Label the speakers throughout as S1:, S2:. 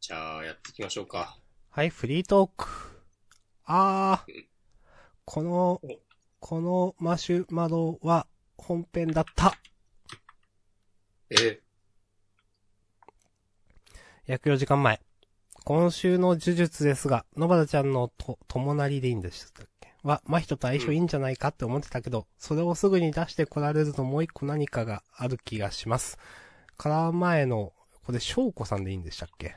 S1: じゃあ、やっていきましょうか。
S2: はい、フリートーク。あー。この、このマシュマロは本編だった。
S1: え、
S2: 約4時間前。今週の呪術ですが、野原ちゃんのと、友なりでいいんでしたっけは、真人と相性いいんじゃないかって思ってたけど、それをすぐに出してこられるともう一個何かがある気がします。から前の、これ、翔子さんでいいんでしたっけ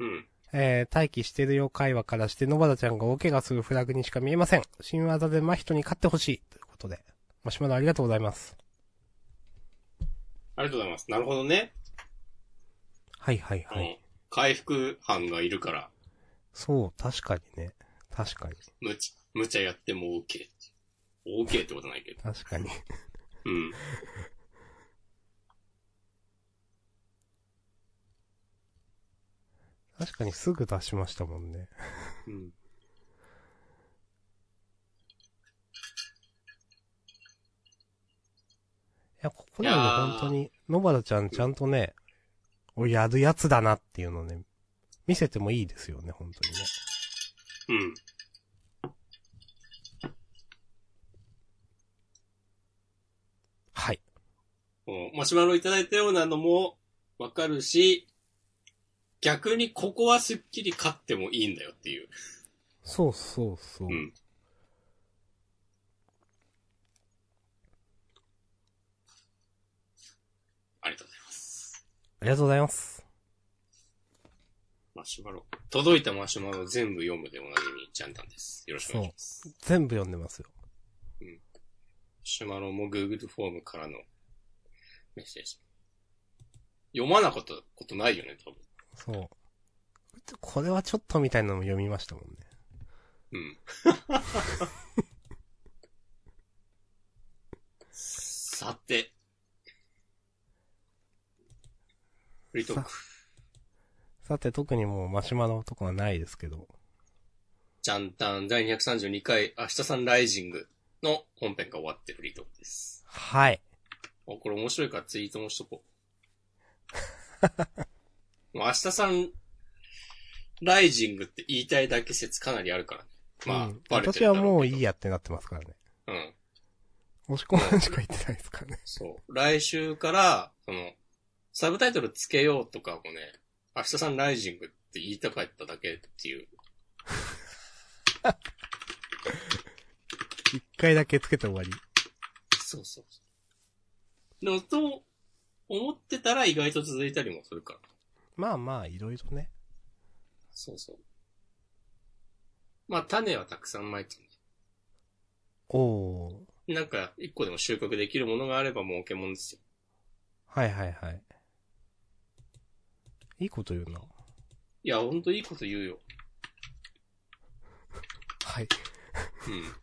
S1: うん。
S2: えー待機してるよ会話からして、野原ちゃんが大怪我するフラグにしか見えません。新技で真人に勝ってほしい。ということで。マシュマロありがとうございます。
S1: ありがとうございます。なるほどね。
S2: はいはいは
S1: う
S2: い。
S1: ん。回復班がいるから、
S2: そう、確かにね。確かに。
S1: 無茶、無茶やっても OK。OK ってことないけど。
S2: 確かに。
S1: うん。
S2: 確かにすぐ出しましたもんね。
S1: うん。
S2: いや、ここなん
S1: い
S2: で
S1: やー
S2: 本当に、野原ちゃんちゃんとね、俺やるやつだなっていうのね、見せてもいいですよね、本当にね。
S1: うん。
S2: はい。
S1: このマシュマロいただいたようなのもわかるし、逆にここはすっきり勝ってもいいんだよっていう。
S2: そうそうそう。
S1: うん。ありがとうございます。
S2: ありがとうございます。
S1: マシュマロ。届いたマシュマロ全部読むでおなじみ、ジャンダンです。よろしくお願いします。
S2: 全部読んでますよ。
S1: マシュマロも Google フォームからのメッセージ。読まなかったことないよね、多分。
S2: そう。これはちょっとみたいなのも読みましたもんね。
S1: うん。さて。フリートーク、
S2: さて、特にもうマシュマロとかはないですけど。
S1: ジャンタン第232回、明日さんライジングの本編が終わってフリートークです。
S2: はい。
S1: おこれ面白いからツイートもしとこ う。もう明日さん、ライジングって言いたいだけ説かなりあるからね。まあ、
S2: うん、
S1: バレて
S2: 私
S1: るだ
S2: は
S1: ろけど
S2: もういいやってなってますからね。
S1: うん。
S2: 押し込まんしか言ってないで すからね。
S1: そう。来週から、その、サブタイトルつけようとかもね、明日さんライジングって言いたかっただけっていう。
S2: 一回だけつけて終わり。
S1: そうそうそう。でも、と、思ってたら意外と続いたりもするから。
S2: まあまあ、いろいろね。
S1: そうそう。まあ、種はたくさんまいてね。
S2: おー。
S1: なんか、一個でも収穫できるものがあれば儲けもんですよ。
S2: はいはいはい。いいこと言うな。
S1: いや、ほんといいこと言うよ。
S2: はい。
S1: うん。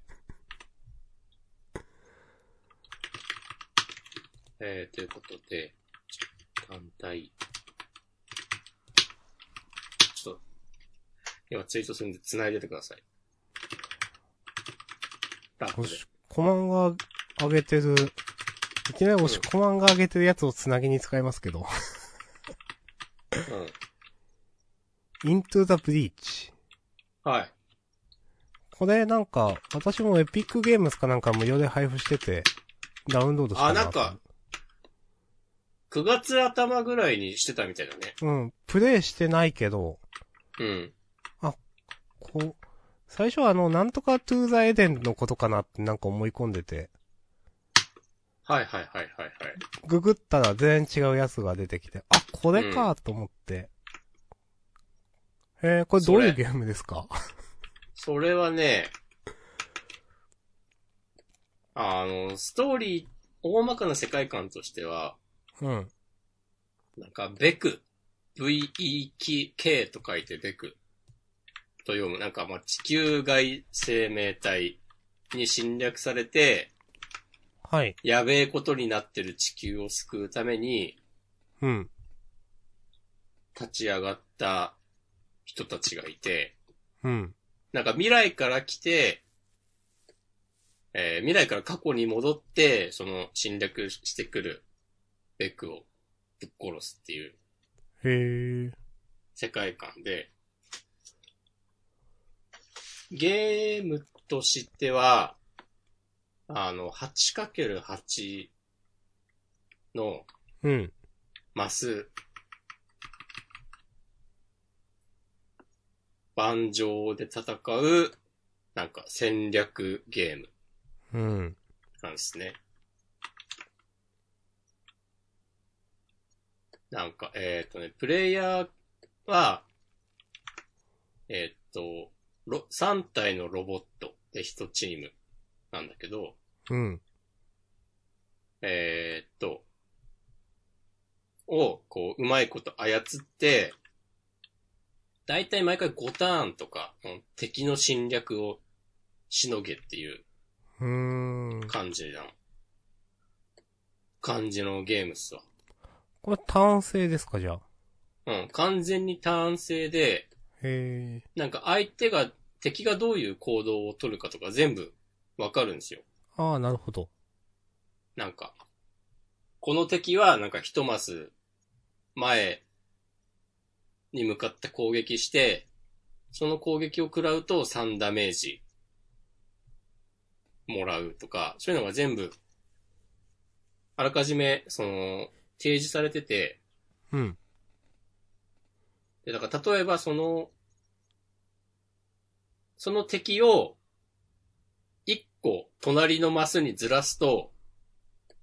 S1: えー、ということで、単体。ちょっと、今ツイートするんで繋いでてください。ラップ
S2: 押
S1: で。
S2: し込まんが上げてる、いきなり押し込まんが上げてるやつをつなぎに使いますけど。
S1: う
S2: into the breach。
S1: ん。はい。
S2: これなんか、私もエピックゲームズかなんか無料で配布してて、ダウンロードした
S1: あなんか。9月頭ぐらいにしてたみたいだね。
S2: うん、プレイしてないけど、
S1: うん。
S2: こう、最初はあの、なんとかトゥーザエデンのことかなってなんか思い込んでて、
S1: はいはいはいはいはい。
S2: ググったら全然違うやつが出てきて、あ、これかと思って。えー、これどういう
S1: そ
S2: ゲームで すか
S1: それはね、あの、ストーリー、大まかな世界観としては、
S2: うん。
S1: なんか、ベク。V-E-K と書いてベク。と読む。なんか、まあ、地球外生命体に侵略されて、
S2: はい。
S1: やべえことになってる地球を救うために、
S2: うん。
S1: 立ち上がった人たちがいて、
S2: うん。
S1: なんか未来から来て、えー未来から過去に戻って、その侵略してくるベクをぶっ殺すっていう
S2: へえ。
S1: 世界観で、ゲームとしては、あの、8×8 の
S2: うん。
S1: マス、盤上で戦う、なんか戦略ゲーム
S2: うん。
S1: なんですね。なんか、えっ、とね、プレイヤーは、えっ、と、ろ3体のロボットで1チームなんだけど、
S2: うん。
S1: えーっと、を、こう、うまいこと操って、だいたい毎回5ターンとか、うん敵の侵略をしのげっていう
S2: うーん。
S1: 感じなの。感じのゲームっすわ。
S2: これ単性ですか、じゃあ。
S1: うん、完全にターン制で、
S2: へえ。
S1: なんか相手が、敵がどういう行動を取るかとか全部わかるんですよ。
S2: ああ、なるほど。
S1: なんか、この敵はなんか一マス前に向かって攻撃して、その攻撃を食らうと3ダメージもらうとか、そういうのが全部、あらかじめ、その、提示されてて、
S2: うん。
S1: で、だから例えばその、その敵を、一個隣のマスにずらすと、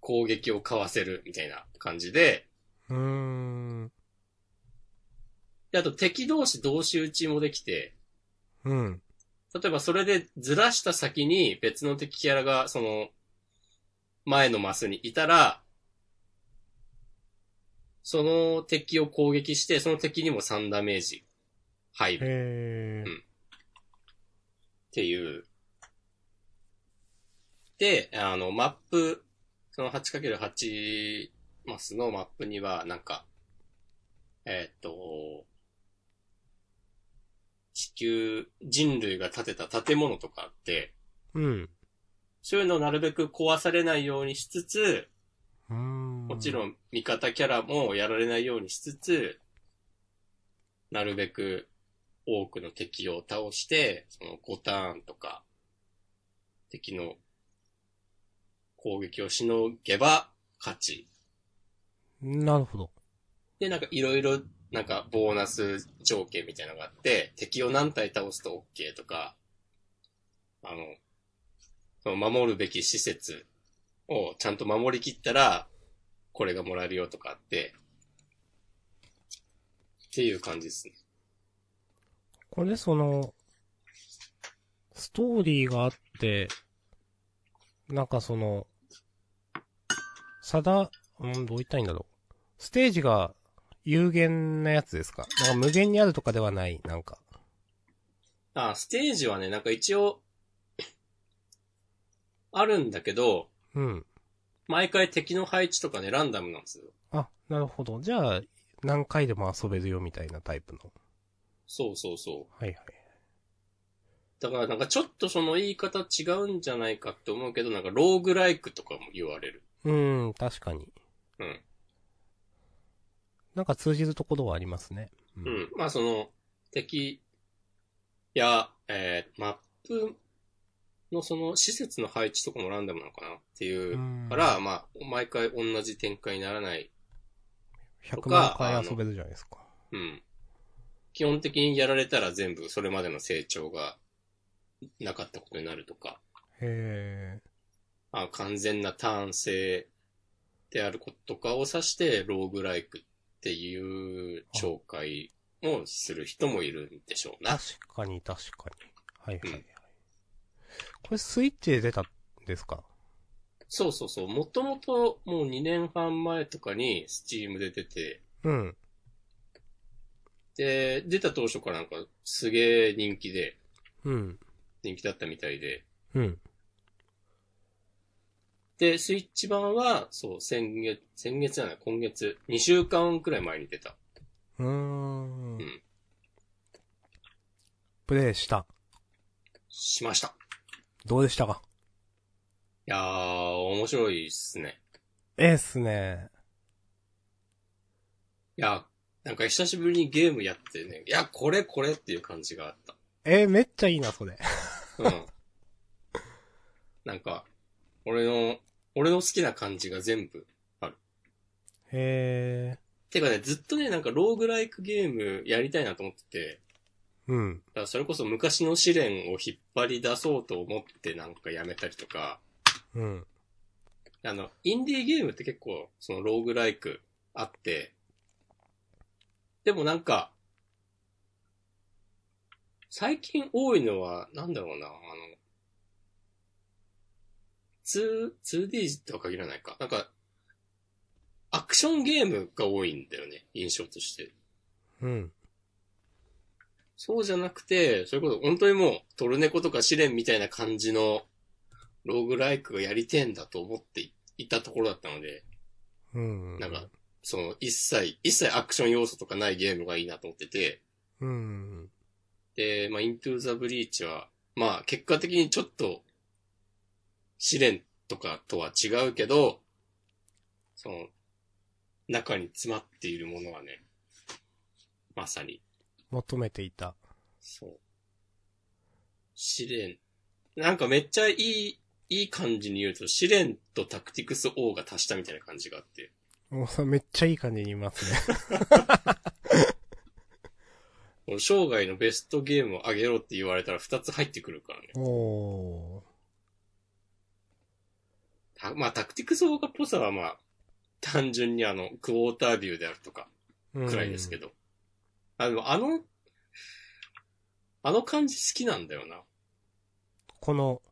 S1: 攻撃をかわせるみたいな感じで、
S2: うーん。
S1: で、あと敵同士同士打ちもできて、
S2: うん。
S1: 例えばそれでずらした先に別の敵キャラがその、前のマスにいたら、その敵を攻撃して、その敵にも3ダメージ入る。
S2: へえ。
S1: っていう。で、あの、マップ、その 8×8 マスのマップには、なんか、えーっと、地球、人類が建てた建物とかあって、
S2: うん。
S1: そういうのをなるべく壊されないようにしつつ、
S2: うーん。
S1: もち
S2: ん。
S1: ろん味方キャラもやられないようにしつつ、なるべく多くの敵を倒して、その5ターンとか、敵の攻撃をしのげば勝ち。
S2: なるほど。
S1: で、なんかいろいろ、なんかボーナス条件みたいなのがあって、敵を何体倒すと OK とか、あの、その守るべき施設をちゃんと守りきったら、これがもらえるよとかあって、っていう感じですね。
S2: これその、ストーリーがあって、なんかその、さだ、うん、どう言ったらいいんだろう。ステージが有限なやつですかなんか無限にあるとかではない、なんか。
S1: あ、ステージはね、なんか一応、あるんだけど、
S2: うん。
S1: 毎回敵の配置とかね、ランダムなんですよ。
S2: あ、なるほど。じゃあ、何回でも遊べるよみたいなタイプの。
S1: そうそうそう。
S2: はいはい。
S1: だからなんかちょっとその言い方違うんじゃないかって思うけど、なんかローグライクとかも言われる。
S2: うーん、確かに。
S1: うん。
S2: なんか通じるところはありますね。
S1: う
S2: う
S1: ん。まあその、敵や、えー、マップのその施設の配置とかもランダムなのかなっていう
S2: うん
S1: から、まあ、毎回同じ展開にならない。
S2: 100
S1: と
S2: 万
S1: かあ
S2: 回
S1: の
S2: 遊べるじゃないですか。
S1: うん。基本的にやられたら全部それまでの成長がなかったことになるとか。
S2: へえ。
S1: あ完全な単性であることとかを指して、ローグライクっていう紹介をする人もいるんでしょうな。
S2: 確かに確かに。はいはいは
S1: うん
S2: い。これスイッチで出たんですか
S1: そうそうそう。もともともう2年半前とかに Steam で出て、
S2: うん。
S1: で、出た当初からなんかすげえ人気で、
S2: うん。
S1: 人気だったみたいで。
S2: うん。
S1: で、スイッチ版は、そう、先月、先月じゃない、今月、2週間くらい前に出た。
S2: うー
S1: うんん。
S2: プレイした。
S1: しました。い
S2: どうでしたか
S1: やー、面白いっすね。
S2: ええっすね。
S1: いや、なんか久しぶりにゲームやってね、いや、これこれっていう感じがあった。
S2: えー、めっちゃいいな、それ。
S1: うん。なんか、俺の、俺の好きな感じが全部。
S2: へ
S1: てかね、ずっとね、なんかローグライクゲームやりたいなと思ってて、
S2: ー。うん。
S1: だからそれこそ昔の試練を引っ張り出そうと思ってなんかやめたりとか、
S2: うん。
S1: あの、インディーゲームって結構、そのローグライクあって、でもなんか、最近多いのは、なんだろうな、あの、2、2D とは限らないか。なんか、アクションゲームが多いんだよね、印象として。
S2: うん。
S1: そうじゃなくて、それこそ本当にもう、トルネコとか試練みたいな感じの、ローグライクがやりてえんだと思っていたところだったので、
S2: うん。
S1: なんか、その、一切、一切アクション要素とかないゲームがいいなと思ってて、
S2: うん。
S1: で、まあ、イントゥーザブリーチは、まあ、結果的にちょっと、試練とかとは違うけど、その、中に詰まっているものはね、まさに、
S2: 求めていた。
S1: そう。試練。なんかめっちゃいい、いい感じに言うと、試練とタクティクス O が足したみたいな感じがあって。
S2: もうさ、めっちゃいい感じに言いますね。
S1: この生涯のベストゲームをあげろって言われたら2つ入ってくるからね。
S2: おー。
S1: たまあ、タクティクスオーガっぽさはまあ、単純にあの、クォータービューであるとか、
S2: うん
S1: くらいですけ。ど。あ、でもあの、あの感じ好きなんだよな。
S2: この、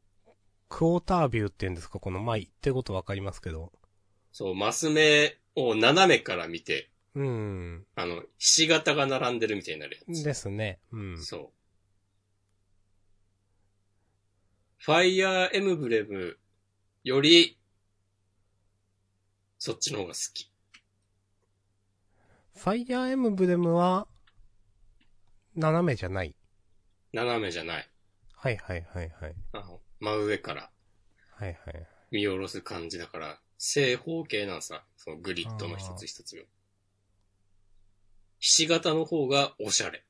S2: クォータービューって言うんですかこの、まあ、言ってることわかりますけど。
S1: そう、マス目を斜めから見て、
S2: うん。
S1: あの、ひし形が並んでるみたいになるやつ。
S2: ですね。うん。
S1: そう。ファイアーエムブレムより、そっちの方が好き。
S2: ファイアーエムブレムは、斜めじゃない。
S1: 斜めじゃない。
S2: はいはいはいはい。
S1: あの、真上から
S2: はいはい。
S1: 見下ろす感じだから、正方形なんさ、そのグリッドの一つ一つが。ひし形の方がおしゃれ。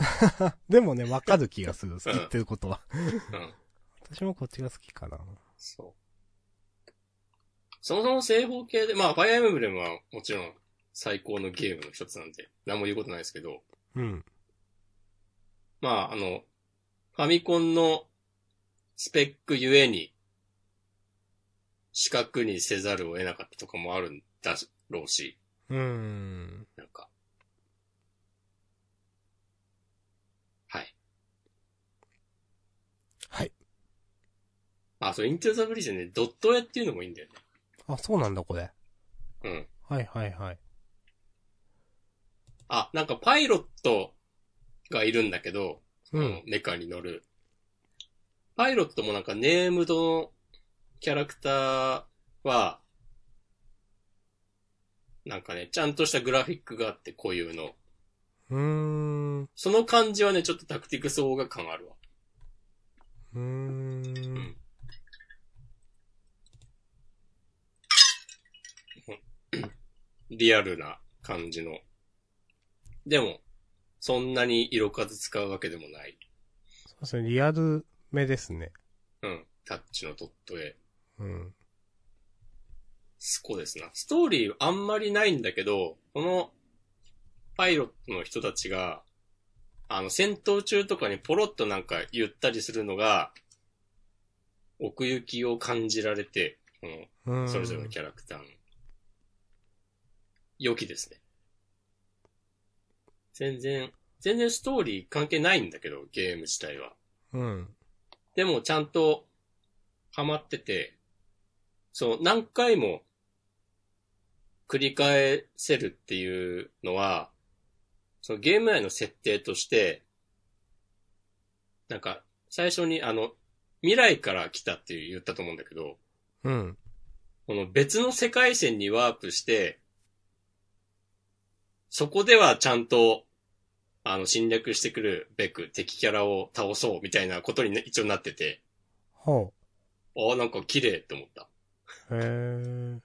S2: でもね、わかる気がする。
S1: うん
S2: 言ってることは。
S1: うん。
S2: 私もこっちが好きかな。
S1: そう。そもそも正方形で、まあ、ファイアーエムブレムはもちろん最高のゲームの一つなんで、何も言うことないですけど、
S2: うん。
S1: まあ、あの、ファミコンのスペックゆえに、四角にせざるを得なかったとかもあるんだろうし、
S2: うーん。
S1: なんか。はい。
S2: はい。
S1: あ、そう、イントゥーザブリージね、ドット絵っていうのもいいんだよ
S2: あ、そうなんだこれ。
S1: ね。うん。
S2: はいはいはい。
S1: あ、なんかパイロットがいるんだけど、
S2: うん
S1: そのメカに乗る。パイロットもなんかネームドのキャラクターは、なんかね、ちゃんとしたグラフィックがあって固有の。
S2: うーん。う
S1: その感じはね、ちょっとタクティクスオーガ感あるわ。
S2: ーん。
S1: リアルな感じの。でも、そんなに色数使うわけでもない。
S2: そうですね、リアル目ですね。
S1: うん。タッチのドット絵。
S2: うん。
S1: スコですな。ストーリーあんまりないんだけど、このパイロットの人たちが、あの、戦闘中とかにポロッとなんか言ったりするのが、奥行きを感じられて、こ
S2: うー
S1: の
S2: ん。
S1: それぞれのキャラクターの。良きですね。全然、全然ストーリー関係ないんだけど、ゲーム自体は。
S2: うん。
S1: でもちゃんとハマってて、そう、何回も繰り返せるっていうのは、そのゲーム内の設定として、なんか、最初にあの、未来から来たっていう言ったと思うんだけど、
S2: うん。
S1: この別の世界線にワープして、そこではちゃんと、あの、侵略してくるべく敵キャラを倒そうみたいなことにね一応なってて、
S2: ほ
S1: ああ、なんか綺麗って思った。
S2: う。へえ。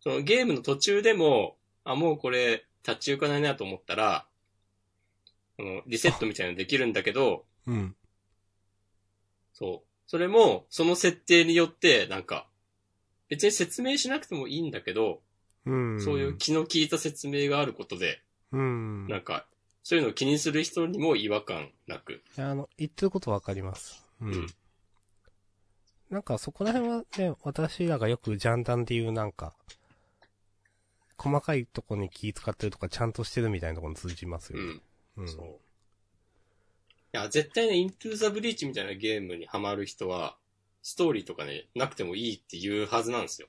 S1: そのゲームの途中でも、あ、もうこれ、立ち行かないなと思ったら、あの、リセットみたいなのできるんだけど、
S2: うん。
S1: そう。それも、その設定によって、なんか、別に説明しなくてもいいんだけど、
S2: うん。
S1: そういう気の利いた説明があることで、
S2: うん。
S1: なんか、そういうのを気にする人にも違和感なく。
S2: いや、あの、言ってることわかります。う
S1: うん
S2: ん。なんかそこら辺はね、私らがよくジャンダンでいうなんか、細かいとこに気使ってるとか、ちゃんとしてるみたいなところに通じます
S1: う
S2: よね。
S1: ん。
S2: うん。
S1: そう。いや、絶対ね、イントゥーザブリーチみたいなゲームにハマる人は、ストーリーとかね、なくてもいいって言うはずなんですよ。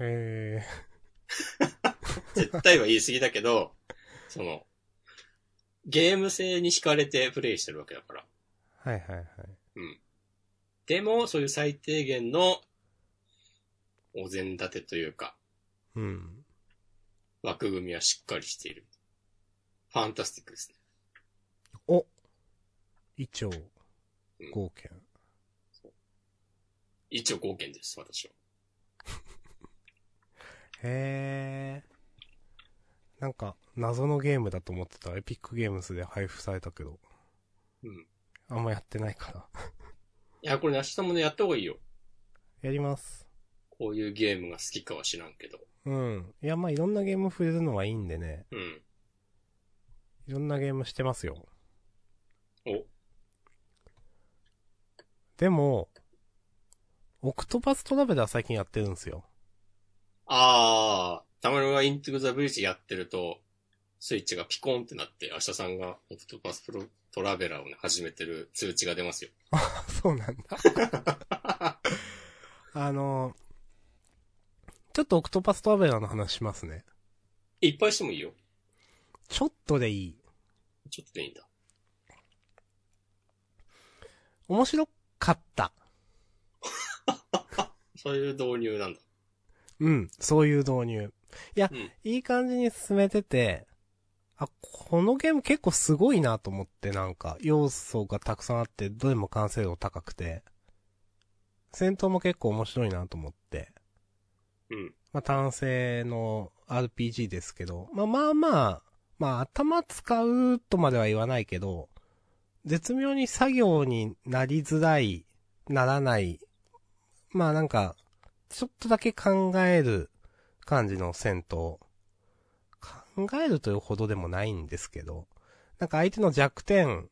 S2: へ
S1: 絶対は言い過ぎだけど、 その、ゲーム性に惹かれてプレイしてるわけだから。
S2: ー。はいはいはい。
S1: でも、そういう最低限の、お膳立てというか、
S2: うん。
S1: 枠組みはしっかりしている。ファンタスティックですね。
S2: お一丁、合計。
S1: 一応合憲です、私は。
S2: へー。なんか、謎のゲームだと思ってた。エピックゲームズで配布されたけど。
S1: うん。
S2: あんまやってないから。
S1: いや、これね、明日もね、やった方がいいよ。
S2: やります。
S1: こういうゲームが好きかは知らんけど。
S2: うん。いや、まあいろんなゲーム触れるのはいいんでね。
S1: うん。
S2: いろんなゲームしてますよ。
S1: お、
S2: でも、オクトパストラベラー最近やってるんですよ。
S1: あー、たまにはイントゥザブリーチやってると、スイッチがピコンってなって、明日さんがオクトパスプロトラベラーをね、始めてる通知が出ますよ。
S2: そうなんだ。 あの、ちょっとオクトパストラベラーの話しますね。
S1: いっぱいしてもいいよ。
S2: ちょっとでいい。
S1: ちょっとでいいんだ。
S2: 面白かった。
S1: そういう導入なんだ。
S2: うん、そういう導入。いや、
S1: うん
S2: いい感じに進めてて、あ、このゲーム結構すごいなと思って、なんか、要素がたくさんあって、どれも完成度高くて、戦闘も結構面白いなと思って、
S1: うん。
S2: まあ、単性の RPG ですけど、まあまあまあ、まあ頭使うとまでは言わないけど、絶妙に作業になりづらい、ならない、まあなんか、ちょっとだけ考える感じの戦闘。考えるというほどでもないんですけど、なんか相手の弱点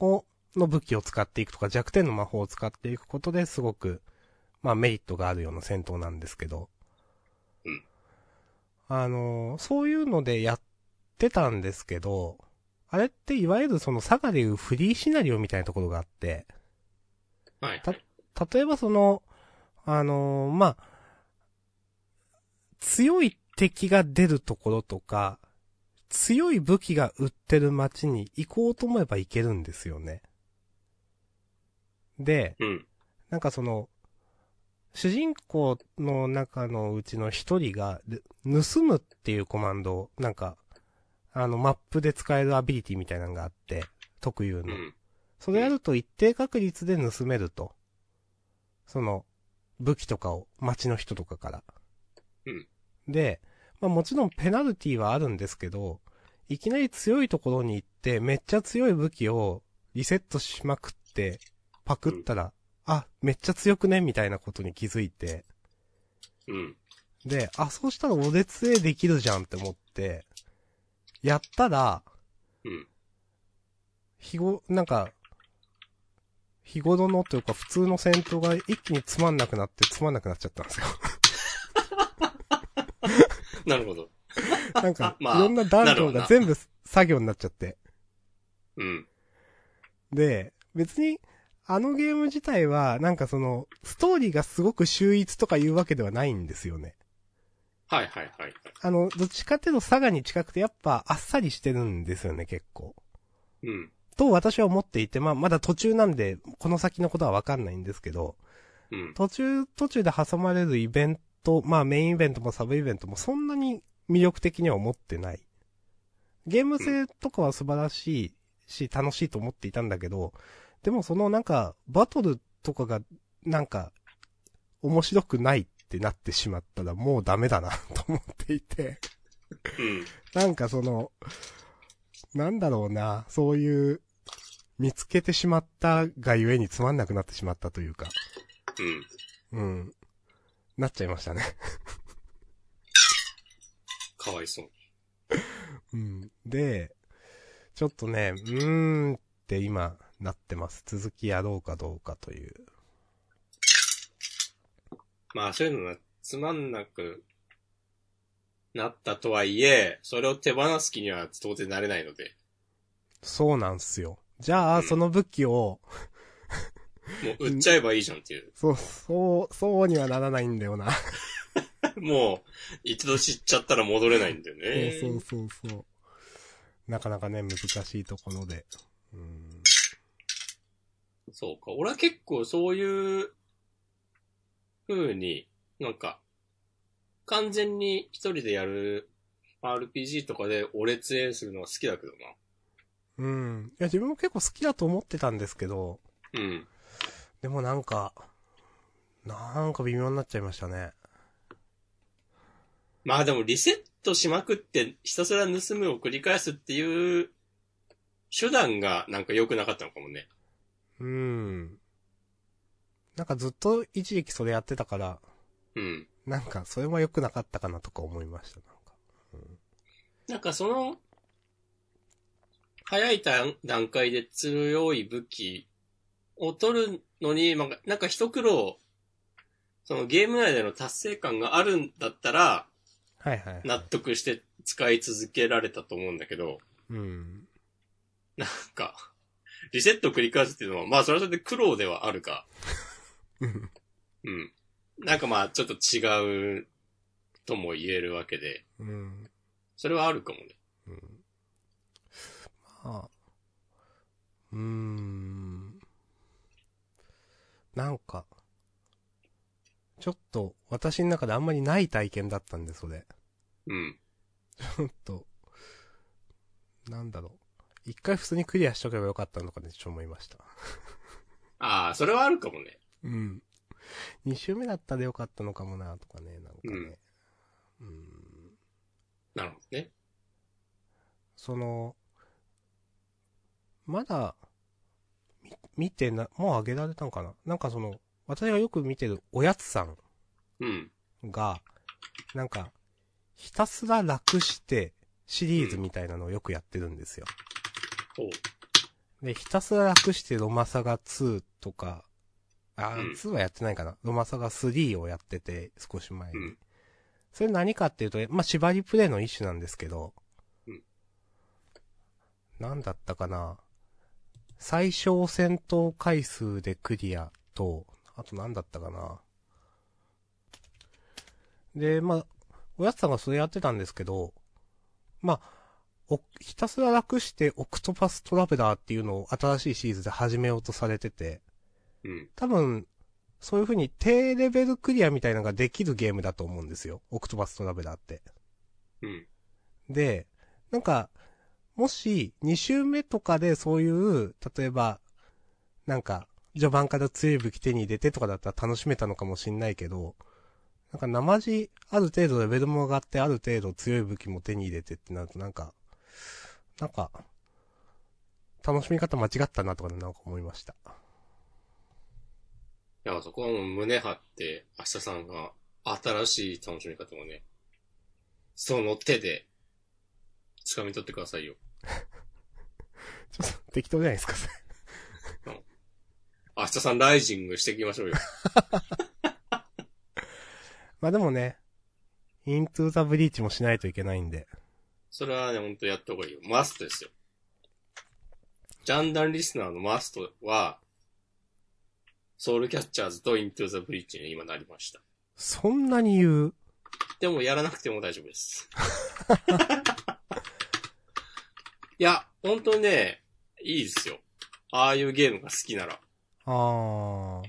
S2: を、の武器を使っていくとか弱点の魔法を使っていくことですごく、まあメリットがあるような戦闘なんですけど、あの、そういうのでやってたんですけど、あれっていわゆるその佐賀でいうフリーシナリオみたいなところがあって、
S1: はい。
S2: た例えばその、あのーまあ、強い敵が出るところとか、強い武器が売ってる街に行こうと思えば行けるんですよね。で、
S1: うん。
S2: なんかその、主人公の中のうちの一人が、で盗むっていうコマンドを、なんか、あの、マップで使えるアビリティみたいなのがあって、特有
S1: う
S2: の。
S1: ん。
S2: それやると一定確率で盗めると。その、武器とかを街の人とかから。
S1: うん
S2: で、まあもちろんペナルティはあるんですけど、いきなり強いところに行って、めっちゃ強い武器をリセットしまくって、パクったら、あ、めっちゃ強くねみたいなことに気づいて、
S1: うん。
S2: で、あ、そうしたら俺杖できるじゃんって思って、やったら、
S1: うん。
S2: 日ご、なんか、日頃のというか普通の戦闘が一気につまんなくなってつまんなくなっちゃったんですよ。
S1: なるほど。
S2: なんか、い
S1: まあ
S2: ろんなダンジョンが全部作業になっちゃって。
S1: うん。
S2: で、別に、あのゲーム自体は、なんかその、ストーリーがすごく秀逸とかいうわけではないんですよね。
S1: はいはいはいはい。
S2: あの、どっちかっていうと佐賀に近くてやっぱあっさりしてるんですよね、結構。
S1: うん。
S2: と私は思っていて、まあ、まだ途中なんで、この先のことはわかんないんですけど、
S1: うん。
S2: 途中、途中で挟まれるイベント、まあメインイベントもサブイベントもそんなに魅力的には思ってない。ゲーム性とかは素晴らしいし、楽しいと思っていたんだけど、でもそのなんか、バトルとかが、なんか、面白くないってなってしまったらもうダメだなと思っていて。
S1: うん。
S2: なんかその、なんだろうな、そういう、見つけてしまったがゆえにつまんなくなってしまったというか、
S1: うん。
S2: うん。なっちゃいましたね。
S1: かわいそう。
S2: うん。で、ちょっとね、うーんって今、なってます。続きやろうかどうかという。
S1: まあそういうのがつまんなくなったとはいえ、それを手放す気には当然なれないので、
S2: そうなんすよ。じゃ
S1: う
S2: あ、
S1: ん
S2: その武器を、
S1: もう売っちゃえばいいじゃんっていう。
S2: そう、そう、そうにはならないんだよな。
S1: もう、一度知っちゃったら戻れないんだよね。
S2: そうそうそうそう。なかなかね、難しいところで。うん。
S1: そうか。俺は結構そういう風に、なんか、完全に一人でやる RPG とかで俺列演するのは好きだけど
S2: うん。いや、自分も結構好きだと思ってたんですけど、
S1: な。うん。
S2: でもなんか、なんか微妙になっちゃいましたね。
S1: まあでもリセットしまくってひたすら盗むを繰り返すっていう手段がなんか良くなかったのかもね。
S2: うん。なんかずっと一時期それやってたから、
S1: うん。
S2: なんかそれも良くなかったかなとか思いました、なんか。
S1: なんかその、早い段段階で強い武器を取るのに、なんかなんか一苦労、そのゲーム内での達成感があるんだったら、
S2: はいはい。
S1: 納得して使い続けられたと思うんだけど、
S2: うん。
S1: なんか、リセットを繰り返すっていうのは、まあそれはそれで苦労ではあるが、
S2: うん
S1: うん。なんかまあ、ちょっと違うとも言えるわけで、
S2: うん。
S1: それはあるかもね。
S2: うんまあ、うーん。なんか、ちょっと私の中であんまりない体験だったんで、それ。
S1: うん。
S2: ちょっと、なんだろう。一回普通にクリアしとけばよかったのかね、ちょっと思いました。
S1: ああ、それはあるかもね。
S2: うん。二周目だったらよかったのかもな、とかね、なんかね。うん
S1: なるほどね。
S2: その、まだ、み見てな、もうあげられたんかななんかその、私がよく見てるおやつさん
S1: うん。
S2: が、なんか、ひたすら楽してシリーズみたいなのをよくやってるんですよ。
S1: ほう。
S2: で、ひたすら楽してロマサガ2とか、あ
S1: うん
S2: ー、2はやってないかな。ロマサガ3をやってて、少し前に。
S1: うん
S2: それ何かっていうと、まあ、縛りプレイの一種なんですけど、
S1: うん
S2: なんだったかな。最小戦闘回数でクリアと、あと何だったかな。で、まあ、おやつさんがそれやってたんですけど、まあ、お、ひたすら楽してオクトパストラベラーっていうのを新しいシリーズで始めようとされてて、
S1: うん。
S2: 多分、そういう風に低レベルクリアみたいなのができるゲームだと思うんですよ。オクトパストラベラーって。
S1: うん。
S2: で、なんか、もし、2周目とかでそういう、例えば、なんか、序盤から強い武器手に入れてとかだったら楽しめたのかもしんないけど、なんか、生地、ある程度レベルも上がって、ある程度強い武器も手に入れてってなると、なんか、なんか、楽しみ方間違ったなとかね、なんか思いました。
S1: いや、そこはもう胸張って、明日さんが新しい楽しみ方をね、その手で、掴み取ってくださいよ。
S2: ちょっと適当じゃないですか、それ
S1: 明日さんライジングしていきましょうよ。
S2: まあでもね、イントゥーザブリーチもしないといけないんで。
S1: それはね、ほんとやった方がいいよ。マストですよ。ジャンダンリスナーのマストは、ソウルキャッチャーズとイントゥーザブリーチに今なりました。
S2: そんなに言う
S1: でもやらなくても大丈夫です。いや、ほんとね、いいですよ。ああいうゲームが好きなら。
S2: あー。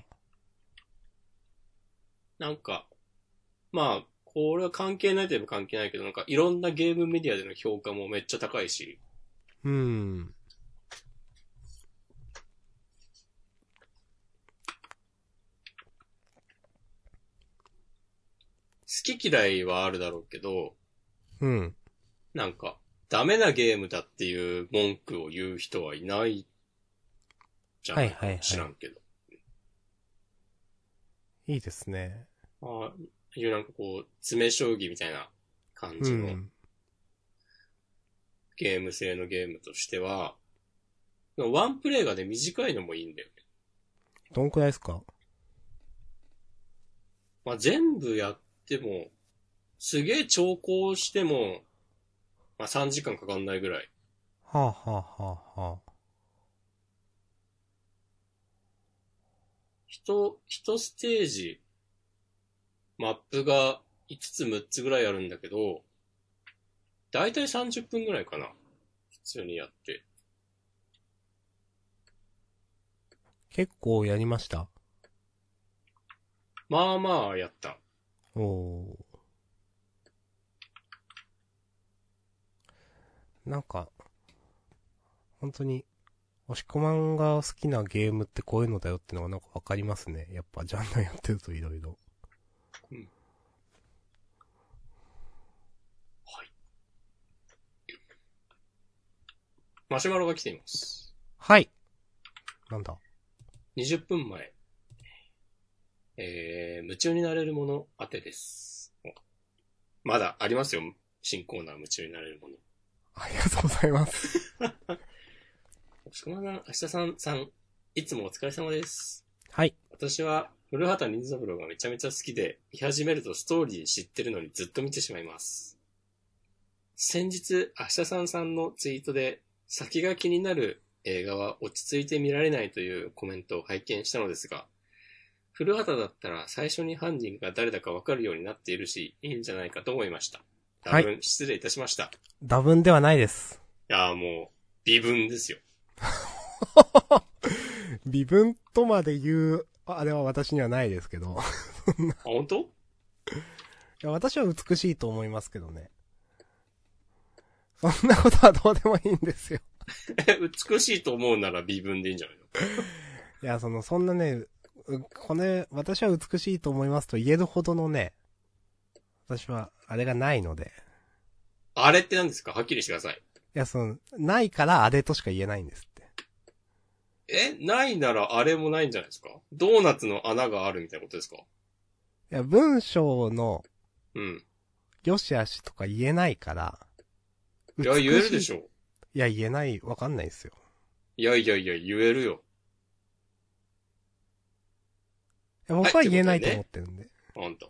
S1: なんか、まあ、これは関係ないといえば関係ないけど、なんかいろんなゲームメディアでの評価もめっちゃ高いし、
S2: うん。
S1: 好き嫌いはあるだろうけど、
S2: うん。
S1: なんか、ダメなゲームだっていう文句を言う人はいない、じゃない
S2: はいはいはい
S1: 知らんけど。
S2: いいですね。
S1: ああいうなんかこう、詰め将棋みたいな感
S2: う
S1: じの
S2: ん。
S1: ゲーム性のゲームとしては、ワンプレイがね、短いのもいいんだよね。
S2: どんくらいですか
S1: まあ、全部やっても、すげえ調校しても、まあ、3時間かかんないぐらい。
S2: はあ、はあはあはあ、
S1: 一、一ステージ、マップが5つ6つぐらいあるんだけど、だいたい30分ぐらいかな。普通にやって。
S2: 結構やりました。
S1: まあまあやった。
S2: おおー。なんか、本当に、押し込まんが好きなゲームってこういうのだよってのがなんかわかりますね。やっぱジャンルやってるといろいろ。
S1: うんはい。マシュマロが来ています。
S2: はい。なんだ。
S1: 20分前。えー、夢中になれるもの当てです。おまだありますよ。新コーナー夢中になれるもの。
S2: ありがとうございます。
S1: 押駒さん、明日さん、さん、いつもお疲れ様です。
S2: はい。
S1: 私は、古畑任三郎がめちゃめちゃ好きで、見始めるとストーリー知ってるのにずっと見てしまいます。先日、明日さんさんのツイートで、先が気になる映画は落ち着いて見られないというコメントを拝見したのですが、古畑だったら最初に犯人が誰だかわかるようになっているし、いいんじゃないかと思いました。
S2: は
S1: 多
S2: い
S1: 分失礼いたしました。い、
S2: 打分ではないです。
S1: やーもう、微分ですよ。
S2: 微分とまで言う、あれは私にはないですけど。
S1: あ、本当
S2: いや、私は美しいと思いますけどね。そんなことはどうでもいいんですよ。
S1: え美しいと思うなら微分でいいんじゃないの
S2: いや、その、そんなね、うこれ、私は美しいと思いますと言えるほどのね、私は、あれがないので。
S1: あれって何ですかはっきりしてください。
S2: いや、その、ないからあれとしか言えないんですって。
S1: えないならあれもないんじゃないですかドーナツの穴があるみたいなことですか
S2: いや、文章の、
S1: うん。
S2: よしあしとか言えないから。
S1: いや、言えるでし
S2: ょ。
S1: ょ。
S2: いや、言えない、わかんないですよ。
S1: いやいやいや、言えるよ。
S2: いや僕は言えないと思ってるんで。
S1: あんた。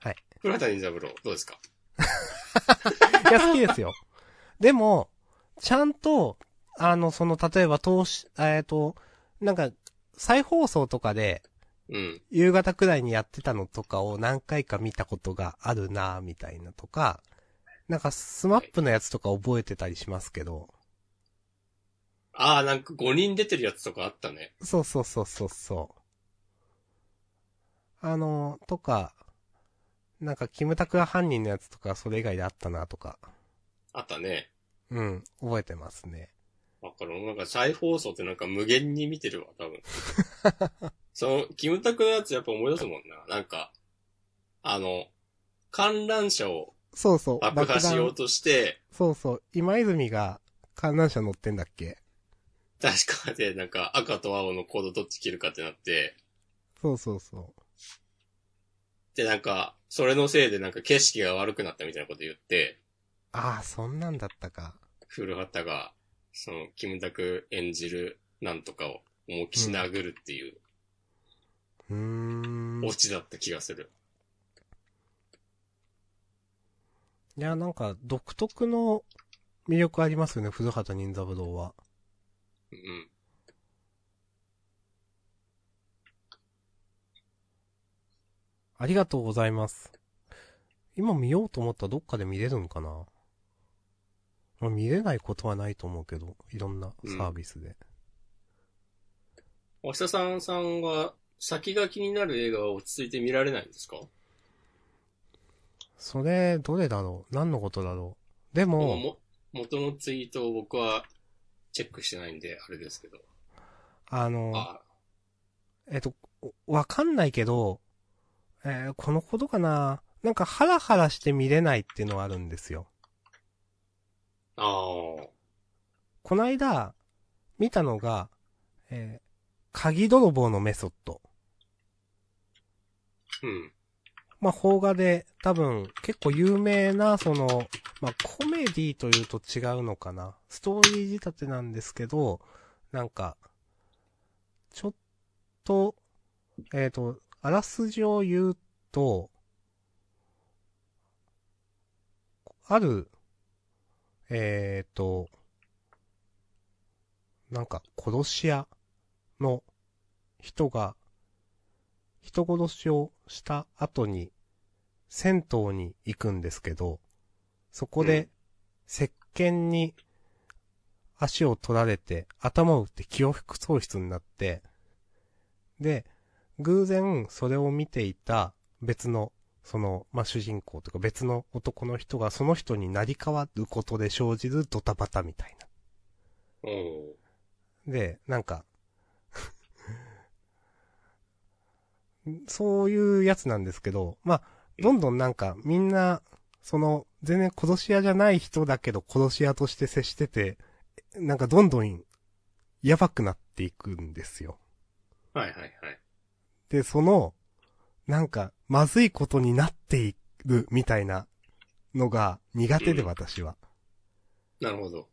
S2: はい。
S1: 古畑任三郎、どうですか
S2: いや、好きですよ。でも、ちゃんと、あの、その、例えば、投資、えっ、と、なんか、再放送とかで、
S1: うん。
S2: 夕方くらいにやってたのとかを何回か見たことがあるなぁみたいなとか、なんか、スマップのやつとか覚えてたりしますけど、
S1: ああ、なんか5人出てるやつとかあったね。
S2: そうそうそうそうそう。あの、とか、なんか、キムタクが犯人のやつとか、それ以外であったなとか、
S1: あったね。
S2: うん、覚えてますね。
S1: わかる。なんか再放送ってなんか無限に見てるわ、多分。その、キムタクのやつやっぱ思い出すもんな。なんか、あの、観覧車を
S2: そうそう。
S1: 爆破しようとして、
S2: そうそう。今泉が観覧車乗ってんだっけ
S1: 確かで、なんか赤と青のコードどっち切るかってなって、
S2: そうそうそ
S1: で、なんか、それのせいでなんか景色が悪くなったみたいなこと言って、
S2: う。ああ、そんなんだったか。
S1: 古畑が、その、キムタク演じるなんとかを思いっきし殴るっていう
S2: うーん。
S1: オ
S2: い
S1: チだった気がする。
S2: や、なんか、独特の魅力ありますよね、古畑任三郎は。
S1: うん。
S2: ありがとうございます。今見ようと思ったらどっかで見れるんかなまあ見れないことはないと思うけど、いろんなサービスで。
S1: お久さんさんは、先が気になる映画は落ち着いて見られないんですか
S2: それ、どれだろう何のことだろうで
S1: なんか
S2: も、
S1: も元のツイートを僕はチェックしてないんで、あれですけど。
S2: あの、
S1: あ、
S2: えっと、おわかんないけど、えーこのことかななんかハラハラして見れないっていうのはあるんですよ。
S1: ああ。
S2: こないだ、見たのが、えー鍵泥棒のメソッド。
S1: うん。
S2: まあ、邦画で多分結構有名な、その、まあ、コメディというと違うのかな。ストーリー仕立てなんですけど、なんか、ちょっと、えっ、と、あらすじを言うと、ある、えっ、と、なんか殺し屋の人が人殺しをした後に、銭湯に行くんですけど、そこ
S1: う
S2: で
S1: ん、
S2: 石鹸に足を取られて、頭を打って記憶喪失になって、で、偶然それを見ていた別の、その、まあ、主人公というか別の男の人がその人になり変わることで生じるドタバタみたいな。
S1: おお。
S2: で、なんか、 そういうやつなんですけど、まあ、どんどんなんかみんな、その、全然殺し屋じゃない人だけど殺し屋として接してて、なんかどんどんやばくなっていくんですよ。
S1: はいはいはい。
S2: で、その、なんか、まずいことになっているみたいなのが苦手で
S1: うん
S2: 私は。
S1: なるほど。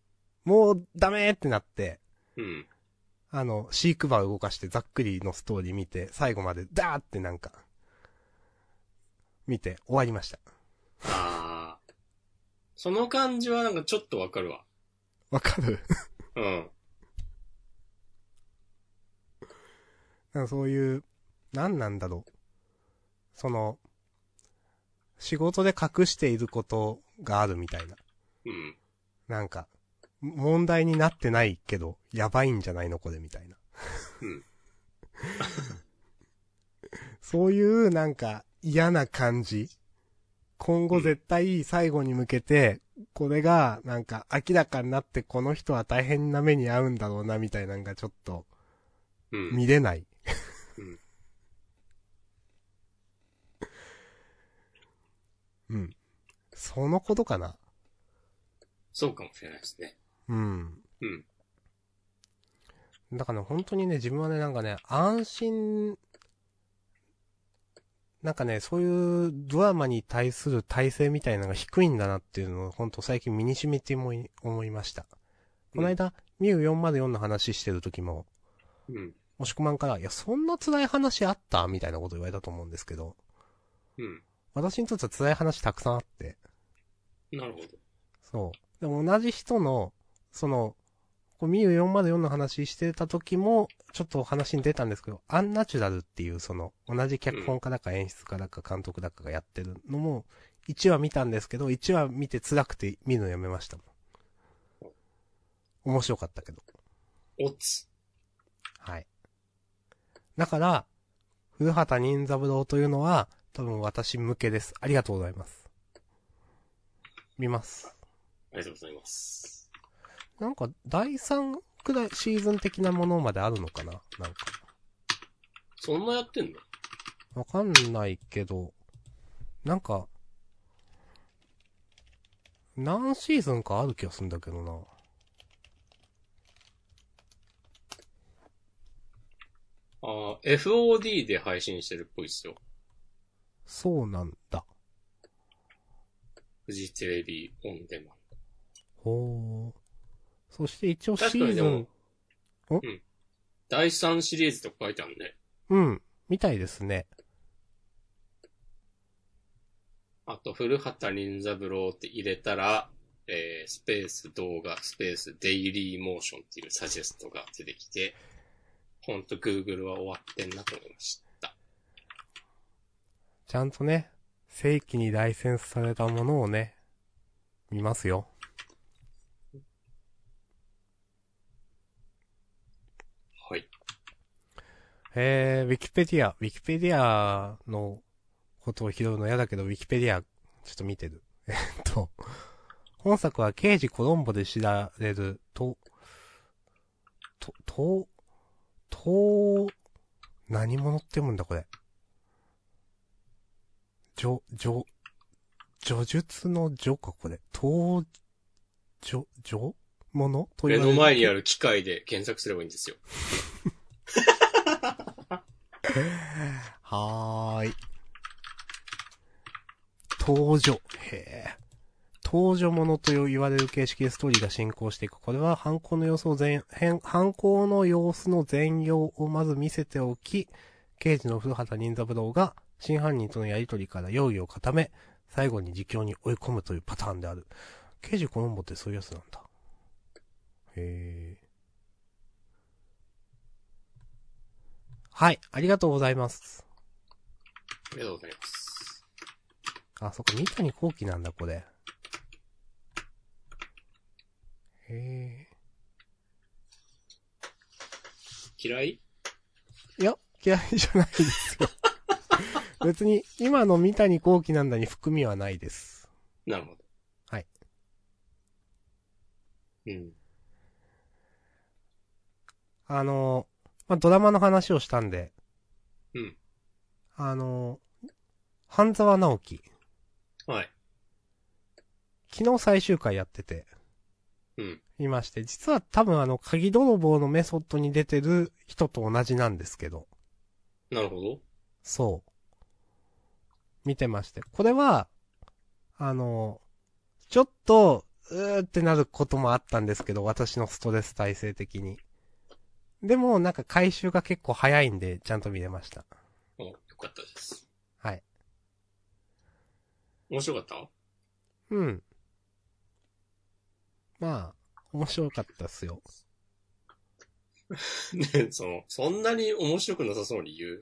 S2: もうダメってなって、
S1: うん。
S2: あの、飼育馬を動かしてざっくりのストーリー見て、最後までダーってなんか、見て終わりました。
S1: ああ。その感じはなんかちょっとわかるわ。
S2: わかる
S1: うん。
S2: なんかそういう、なんなんだろう。その、仕事で隠していることがあるみたいな。
S1: うん。
S2: なんか、問題になってないけど、やばいんじゃないのこれみたいな。
S1: うん。
S2: そういう、なんか、嫌な感じ。今後絶対最後に向けて、これが、なんか、明らかになって、この人は大変な目に遭うんだろうな、みたいなのがちょっと、
S1: うん。
S2: 見れない。
S1: うん。
S2: うん。そのことかな。
S1: そうかもしれないですね。
S2: うん。
S1: うん。
S2: だからね、本当にね、自分はね、なんかね、安心、なんかね、そういうドラマに対する耐性みたいなのが低いんだなっていうのを、本当最近身に染みて思い思いました。この間、ミュー404の話してる時も、
S1: うん。
S2: もしくまんから、いや、そんな辛い話あったみたいなこと言われたと思うんですけど、
S1: うん。
S2: 私にとっては辛い話たくさんあって、
S1: なるほど。
S2: そう。でも同じ人の、その、こうミユ404の話してた時も、ちょっとお話に出たんですけど、アンナチュラルっていう、その、同じ脚本家だか演出家だか監督だかがやってるのも、1話見たんですけど、1話見て辛くて見るのやめましたもん。面白かったけど。
S1: おつ。
S2: はい。だから、古畑任三郎というのは、多分私向けです。ありがとうございます。見ます。
S1: ありがとうございます。
S2: なんか、第3くらいシーズン的なものまであるのかななんか。
S1: そんなやってんの
S2: わかんないけど、なんか、何シーズンかある気がするんだけどな。
S1: ああ、FOD で配信してるっぽいっすよ。
S2: そうなんだ。
S1: フジテレビオンデマン
S2: ほー。そして一応
S1: ド。確
S2: シ
S1: か
S2: ー
S1: にで
S2: ズン
S1: も、、うん。第3シリーズとか書いてあるね。
S2: うん、みたいですね。
S1: あと、古畑任三郎って入れたら、えー、スペース動画、スペースデイリーモーションっていうサジェストが出てきて、ほんと Google は終わってんなと思いました。
S2: ちゃんとね、正規にライセンスされたものをね、見ますよ。
S1: はい。
S2: えー、ウィキペディア、ウィキペディアのことを拾うの嫌だけど、ウィキペディア、ちょっと見てる。 えっと、本作は刑事コロンボで知られる、と、と、と、と、何者って読むんだこれ。じょ、じょ、叙述の叙かこれ。と、じょ、じょものと
S1: 目
S2: 言われ
S1: の
S2: る
S1: 前にある機械で検索すればいいんですよ。
S2: はーい。登場。へえ。登場ものと言われる形式でストーリーが進行していく。これは犯行の様子を全、変犯行の様子の全容をまず見せておき、刑事の古畑任三郎が真犯人とのやりとりから容疑を固め、最後に自供に追い込むというパターンである。刑事コロンボってそういうやつなんだ。へえ。はい、ありがとうございます。
S1: ありがとうございます。
S2: あ、そっか、三谷幸喜なんだ、これ。へ
S1: 嫌い
S2: え。いや、嫌いじゃないですよ。 別に、今の三谷幸喜なんだに含みはないです。
S1: なるほど。
S2: はい。
S1: うん。
S2: あの、まあ、ドラマの話をしたんで。
S1: うん。
S2: あの、半沢直樹。
S1: はい。
S2: 昨日最終回やってて、
S1: うん。
S2: いまして、実は多分あの、鍵泥棒のメソッドに出てる人と同じなんですけど。
S1: なるほど。
S2: そう。見てまして。これは、あの、ちょっと、うーってなることもあったんですけど、私のストレス耐性的に。でも、なんか回収が結構早いんで、ちゃんと見れました。
S1: お、よかったです。
S2: はい。
S1: 面白かった
S2: うん。まあ、面白かったっすよ。
S1: ね、 その、そんなに面白くなさそうに言う。
S2: い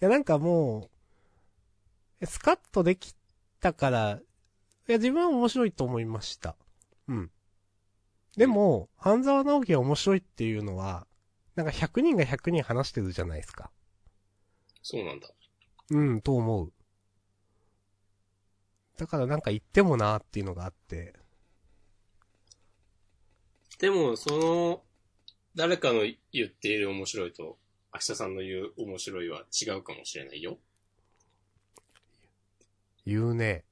S2: や、なんかもう、スカッとできたから、いや、自分は面白いと思いました。うん。でも、半沢直樹が面白いっていうのは、なんか100人が100人話してるじゃないですか。
S1: そうなんだ。
S2: うん、と思う。だからなんか言ってもなーっていうのがあって、
S1: でも、その、誰かの言っている面白いと、明日さんの言う面白いは違うかもしれないよ。
S2: 言うね。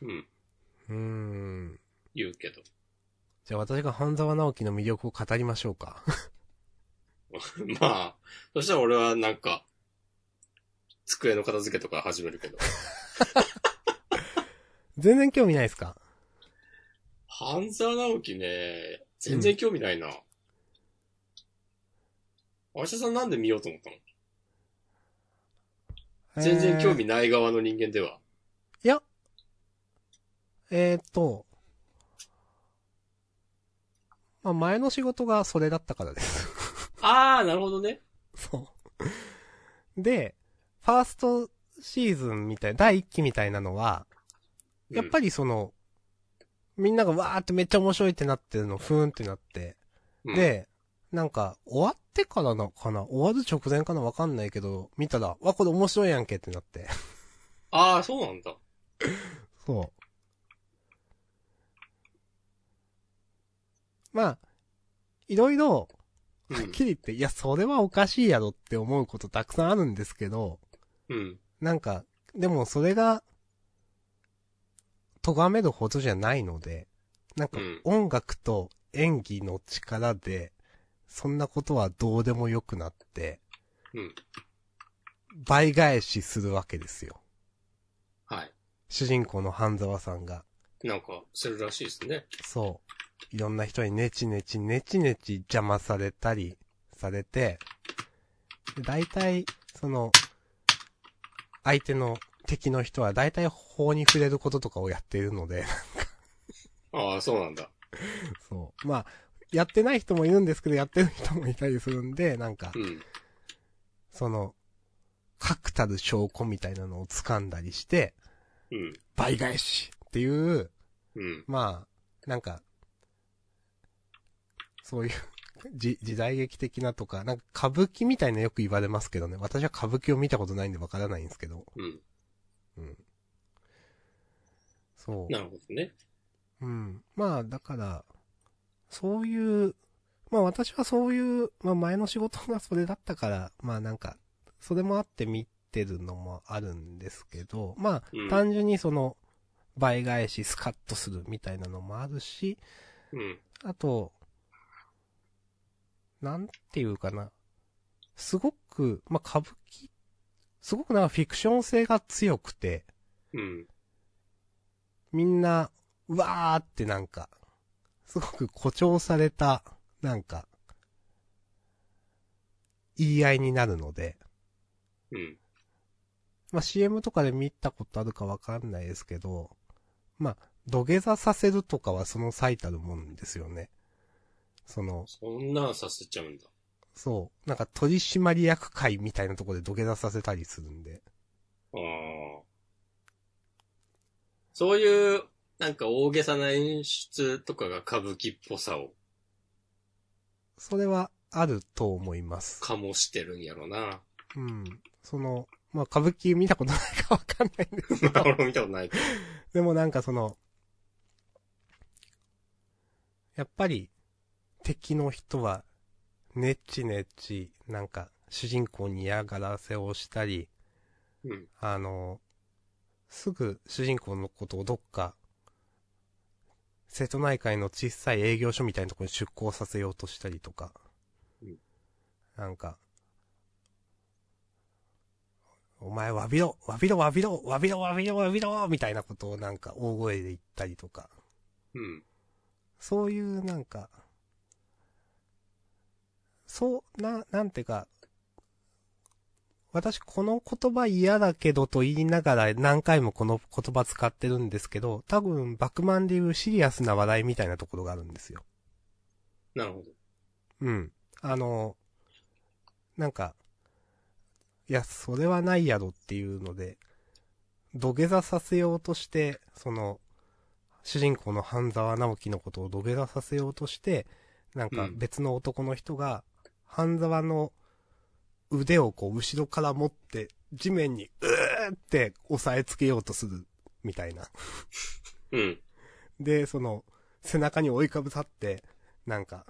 S1: うん。
S2: うーん。
S1: 言うけど。
S2: じゃあ私が半沢直樹の魅力を語りましょうか。
S1: ま あ、そしたら俺はなんか、机の片付けとか始めるけど。
S2: 全然興味ないですか
S1: 半沢直樹ね、全然興味ないな。明日さんなんで見ようと思ったの全然興味ない側の人間では。
S2: いや。えー、っと。まあ、前の仕事がそれだったからです。
S1: あー、なるほどね。
S2: そう。で、ファーストシーズンみたい、第1期みたいなのは、やっぱ
S1: り、
S2: りその、みんながわーってめっちゃ面白いってなってるの、ふーんってなって。
S1: うん、
S2: で、なんか、終わってからな、かな、終わる直前かなわかんないけど、見たら、わ、これ面白いやんけってなって。
S1: あー、そうなんだ。
S2: そう。まあ、いろいろ、
S1: う
S2: はっ
S1: ん。
S2: きり言って、いや、それはおかしいやろって思うことたくさんあるんですけど、
S1: うん。
S2: なんか、でもそれが、咎めるほどじゃないので、なんか
S1: うん
S2: 音楽と演技の力で、そんなことはどうでもよくなって、
S1: うん
S2: 倍返しするわけですよ。
S1: はい。
S2: 主人公の半沢さんが。
S1: なんか、するらしいですね。
S2: そう。いろんな人にネチネチネチネチ邪魔されたり、されて、で大体、その、相手の敵の人は大体法に触れることとかをやっているので、
S1: ああ、そうなんだ。
S2: そう。まあ、やってない人もいるんですけど、やってる人もいたりするんで、なんか
S1: う、ん。
S2: その、確たる証拠みたいなのを掴んだりして、
S1: うん。
S2: 倍返しっていう、
S1: うん。
S2: まあ、なんか、そういう じ、時代劇的なとか、なんか歌舞伎みたいなよく言われますけどね。私は歌舞伎を見たことないんでわからないんですけど。
S1: うん。
S2: うん。そ
S1: なるほどね。
S2: う。うん。まあ、だから、そういう、まあ私はそういう、まあ前の仕事がそれだったから、まあなんか、それもあって見てるのもあるんですけど、まあ、
S1: うん
S2: 単純にその、倍返し、スカッとするみたいなのもあるし、
S1: うん。
S2: あと、なんていうかな。すごく、まあ、歌舞伎、すごくなんかフィクション性が強くて、
S1: うん。
S2: みんな、うわーってなんか、すごく誇張された、なんか、言い合いになるので、
S1: うん。
S2: まあ、CM とかで見たことあるかわかんないですけど、まあ、土下座させるとかはその最たるもんですよね。その、
S1: そんなんさせちゃうんだ。
S2: そう、なんか取締役会みたいなところで土下座させたりするんで。
S1: ああ。そういう、なんか大げさな演出とかが歌舞伎っぽさを
S2: それはあると思います。
S1: 醸してるんやろな。
S2: うん。その、まあ、歌舞伎見たことないかわかん ないんですけ ど。
S1: 俺も見たことないけど。
S2: でもなんかその、やっぱり、敵の人は、ねっちねっち、なんか、主人公に嫌がらせをしたり、
S1: うん。
S2: あの、すぐ主人公のことをどっか、瀬戸内海の小さい営業所みたいなところに出向させようとしたりとか
S1: うん、
S2: なんか、お前わびろ、わびろ、わびろ、わびろ、わびろ、わびろ、みたいなことをなんか大声で言ったりとか、
S1: うん。
S2: そういうなんか、そう、な、なんていうか、私この言葉嫌だけどと言いながら何回もこの言葉使ってるんですけど、多分バクマンでいうシリアスな話題みたいなところがあるんですよ。
S1: なるほど。
S2: うん。あの、なんか、いや、それはないやろっていうので、土下座させようとして、その、主人公の半沢直樹のことを土下座させようとして、なん
S1: う
S2: か
S1: ん
S2: 別の男の人が、半沢の腕をこう後ろから持って、地面に、うーって押さえつけようとする、みたいな。
S1: うん。
S2: で、その、背中に追いかぶさって、なんか、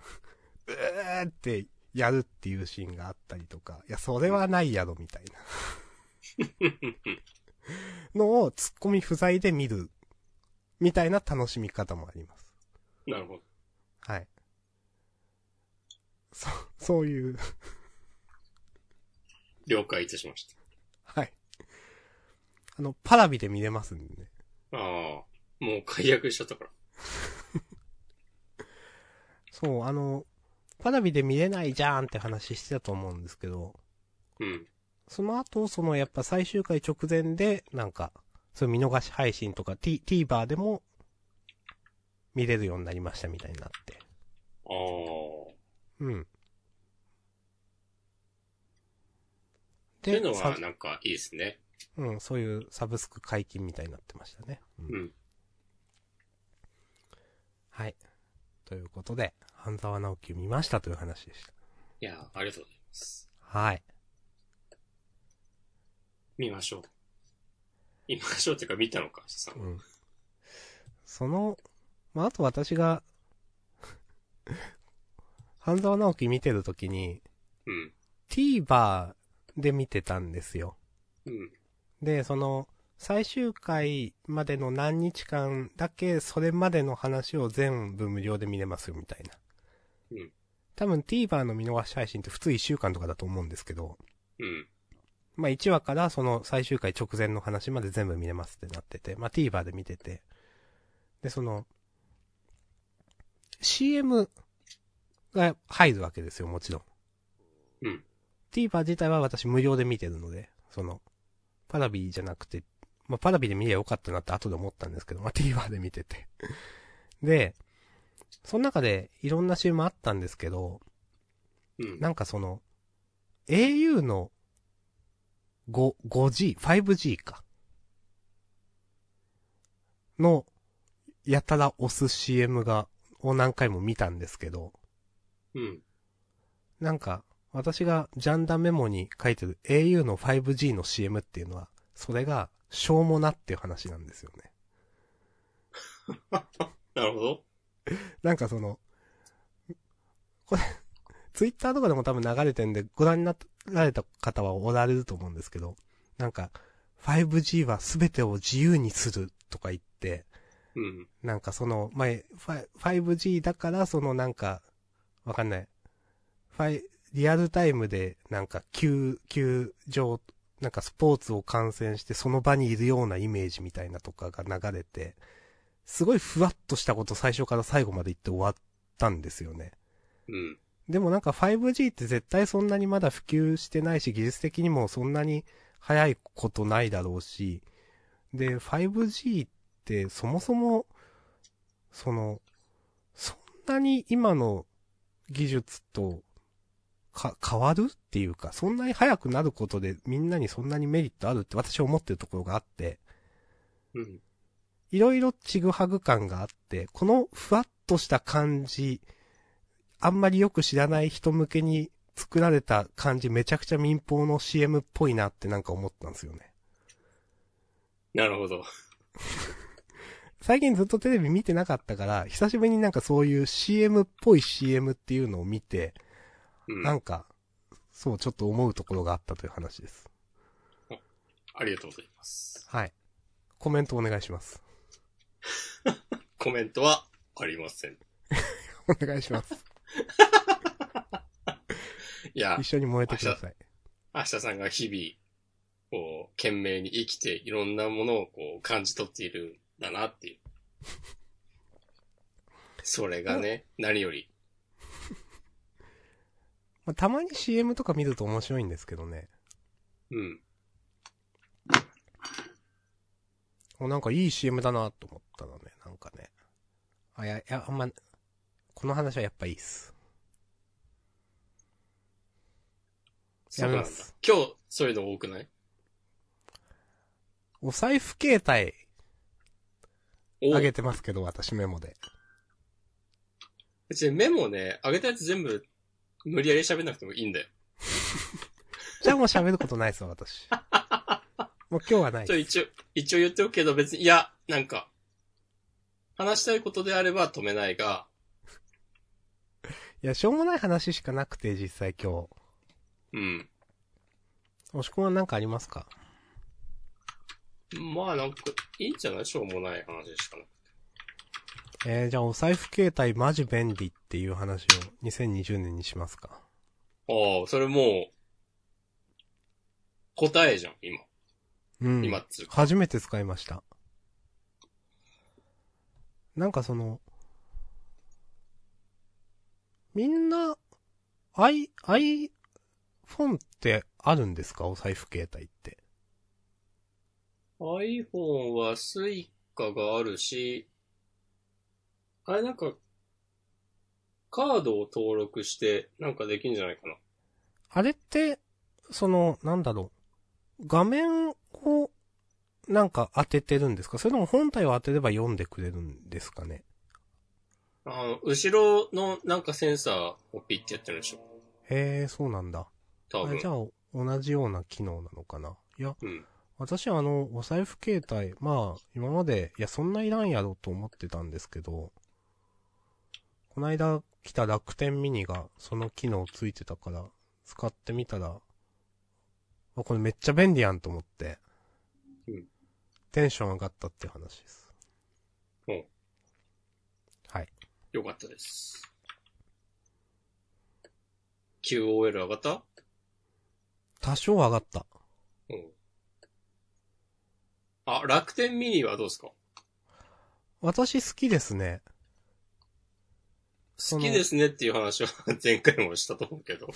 S2: うーってやるっていうシーンがあったりとか、いや、それはないやろ、みたいな。のを、ツッコミ不在で見る、みたいな楽しみ方もあります。
S1: なるほど。
S2: はい。そ、そういう、
S1: 了解いたしまし
S2: はい。あの、パラビで見れますんでね。
S1: た。ああ。もう解約しちゃったから。
S2: そう、あの、パラビで見れないじゃんって話してたと思うんですけど、
S1: うん。
S2: その後、そのやっぱ最終回直前で、なんか、そういう見逃し配信とか、T、TVer でも、見れるようになりましたみたいになって。
S1: ああ。
S2: うん。
S1: っていうの
S2: サ
S1: はなんかいいですね。
S2: うん、そういうサブスク解禁みたいになってましたね。う
S1: うん。
S2: はい。ということで、半沢直樹見ましたという話でし
S1: いや、ありがとうございます。
S2: た。はい。
S1: 見ましょう。見ましょうっていうか見たのか、さん。
S2: うん。その、まあ、あと私が、 半沢直樹見てるときに、
S1: うん。
S2: TVer で見てたんですよ。
S1: うん。
S2: で、その、最終回までの何日間だけ、それまでの話を全部無料で見れますよ、みたいな。
S1: うん。
S2: 多分 TVer の見逃し配信って普通1週間とかだと思うんですけど、
S1: うん。
S2: まあ1話からその最終回直前の話まで全部見れますってなってて、まあ TVer で見てて。で、その、CM が入るわけですよ、もちろん。
S1: うん。
S2: TVer 自体は私無料で見てるので、その、パラビじゃなくて、まあ、パラビで見ればよかったなって後で思ったんですけど、まあ、TVer で見てて。で、その中でいろんな CM あったんですけど、
S1: うん。
S2: なんかその、au の 5, 5G、5G か。の、やたら押す CM が、を何回も見たんですけど、
S1: うん。
S2: なんか、私がジャンダメモに書いてる au の 5G の CM っていうのは、それが、しょうもなっていう話なんですよね。
S1: なるほど。
S2: なんかその、これ、ツイッターとかでも多分流れてんで、ご覧になられた方はおられると思うんですけど、なんか、5G は全てを自由にするとか言っって、
S1: うん。
S2: なんかその、前、ファイ 5G だから、そのなんか、わかんない。ファイ、リアルタイムで、なんか、球、球場、なんかスポーツを観戦して、その場にいるようなイメージみたいなとかが流れて、すごいふわっとしたこと最初から最後まで言って終わったんですよね。
S1: うん。
S2: でもなんか 5G って絶対そんなにまだ普及してないし、技術的にもそんなに早いことないだろうし、で、5G ってそもそも、その、そんなに今の技術とか変わるっていうか、そんなに早くなることでみんなにそんなにメリットあるって私は思ってるところがあって、
S1: うん。
S2: いろいろちぐはぐ感があって、このふわっとした感じ、あんまりよく知らない人向けに作られた感じ、めちゃくちゃ民放の CM っぽいなってなんか思ったんですよね。
S1: なるほど。
S2: 最近ずっとテレビ見てなかったから、久しぶりになんかそういう CM っぽい CM っていうのを見て、
S1: うん。
S2: なんか、そうちょっと思うところがあったという話です。
S1: ありがとうございます。
S2: はい。コメントお願い します。
S1: コメントはありません。
S2: お願いします。
S1: いや
S2: 一、緒に燃えてください。
S1: 明日さんが日々、こう、懸命に生きて、いろんなものをこう、感じ取っているんだな っていう。それがね、何より。
S2: まあ、たまに CM とか見ると面白いんですけどね。
S1: うん。
S2: お、なんかいい CM だなと思ったのね、なんかね。あ、いや、いや、あんま、この話はやっぱいいっす。
S1: そうなん
S2: や
S1: だ
S2: めます。
S1: 今日、そういうの多くない
S2: お財布携帯
S1: お
S2: 上げてますけど、私メモで。
S1: うちメモね、上げたやつ全部、無理やり喋んなくてもいいんだよ。
S2: じゃあもう喋ることないっすわ、 私。もう今日はない
S1: ちょ、。一応、一応言っておくけど別に、いや、なんか、話したいことであれば止めないが、
S2: いや、しょうもない話しかなくて、実際今日。
S1: うん。
S2: 押し込まんなんかありますか
S1: まあなんか、いいんじゃないしょうもない話しかなく
S2: えー、じゃあお財布携帯マジ便利っていう話を2020年にしますか。
S1: ああ、それもう、答えじゃん、今。
S2: うん。
S1: 今っつうか。
S2: 初めて使いました。なんかその、みんな、i、iPhone ってあるんですかお財布携帯って。
S1: iPhone はスイカがあるし、あれなんか、カードを登録してなんかできんじゃないかな。
S2: あれって、その、なんだろう。画面を、なんか当ててるんですかそれとも本体を当てれば読んでくれるんですかね
S1: あの、後ろのなんかセンサーをピッてやってるんでしょ
S2: へえ、そうなんだ。
S1: 多
S2: あ
S1: 分
S2: じゃ。あ、同じような機能なのかないや、
S1: うん。
S2: 私あの、お財布携帯、まあ、今まで、いや、そんないらんやろと思ってたんですけど、こないだ来た楽天ミニがその機能ついてたから、使ってみたら、あ、これめっちゃ便利やんと思って、
S1: うん
S2: テンション上がったって話です。
S1: うん
S2: はい。
S1: よかったです。QOL 上がった
S2: 多少上がった。
S1: うん。あ、楽天ミニはどうですか
S2: 私好きですね。
S1: 好
S2: の
S1: きですねっていう話は 前回もしたと思うけど。い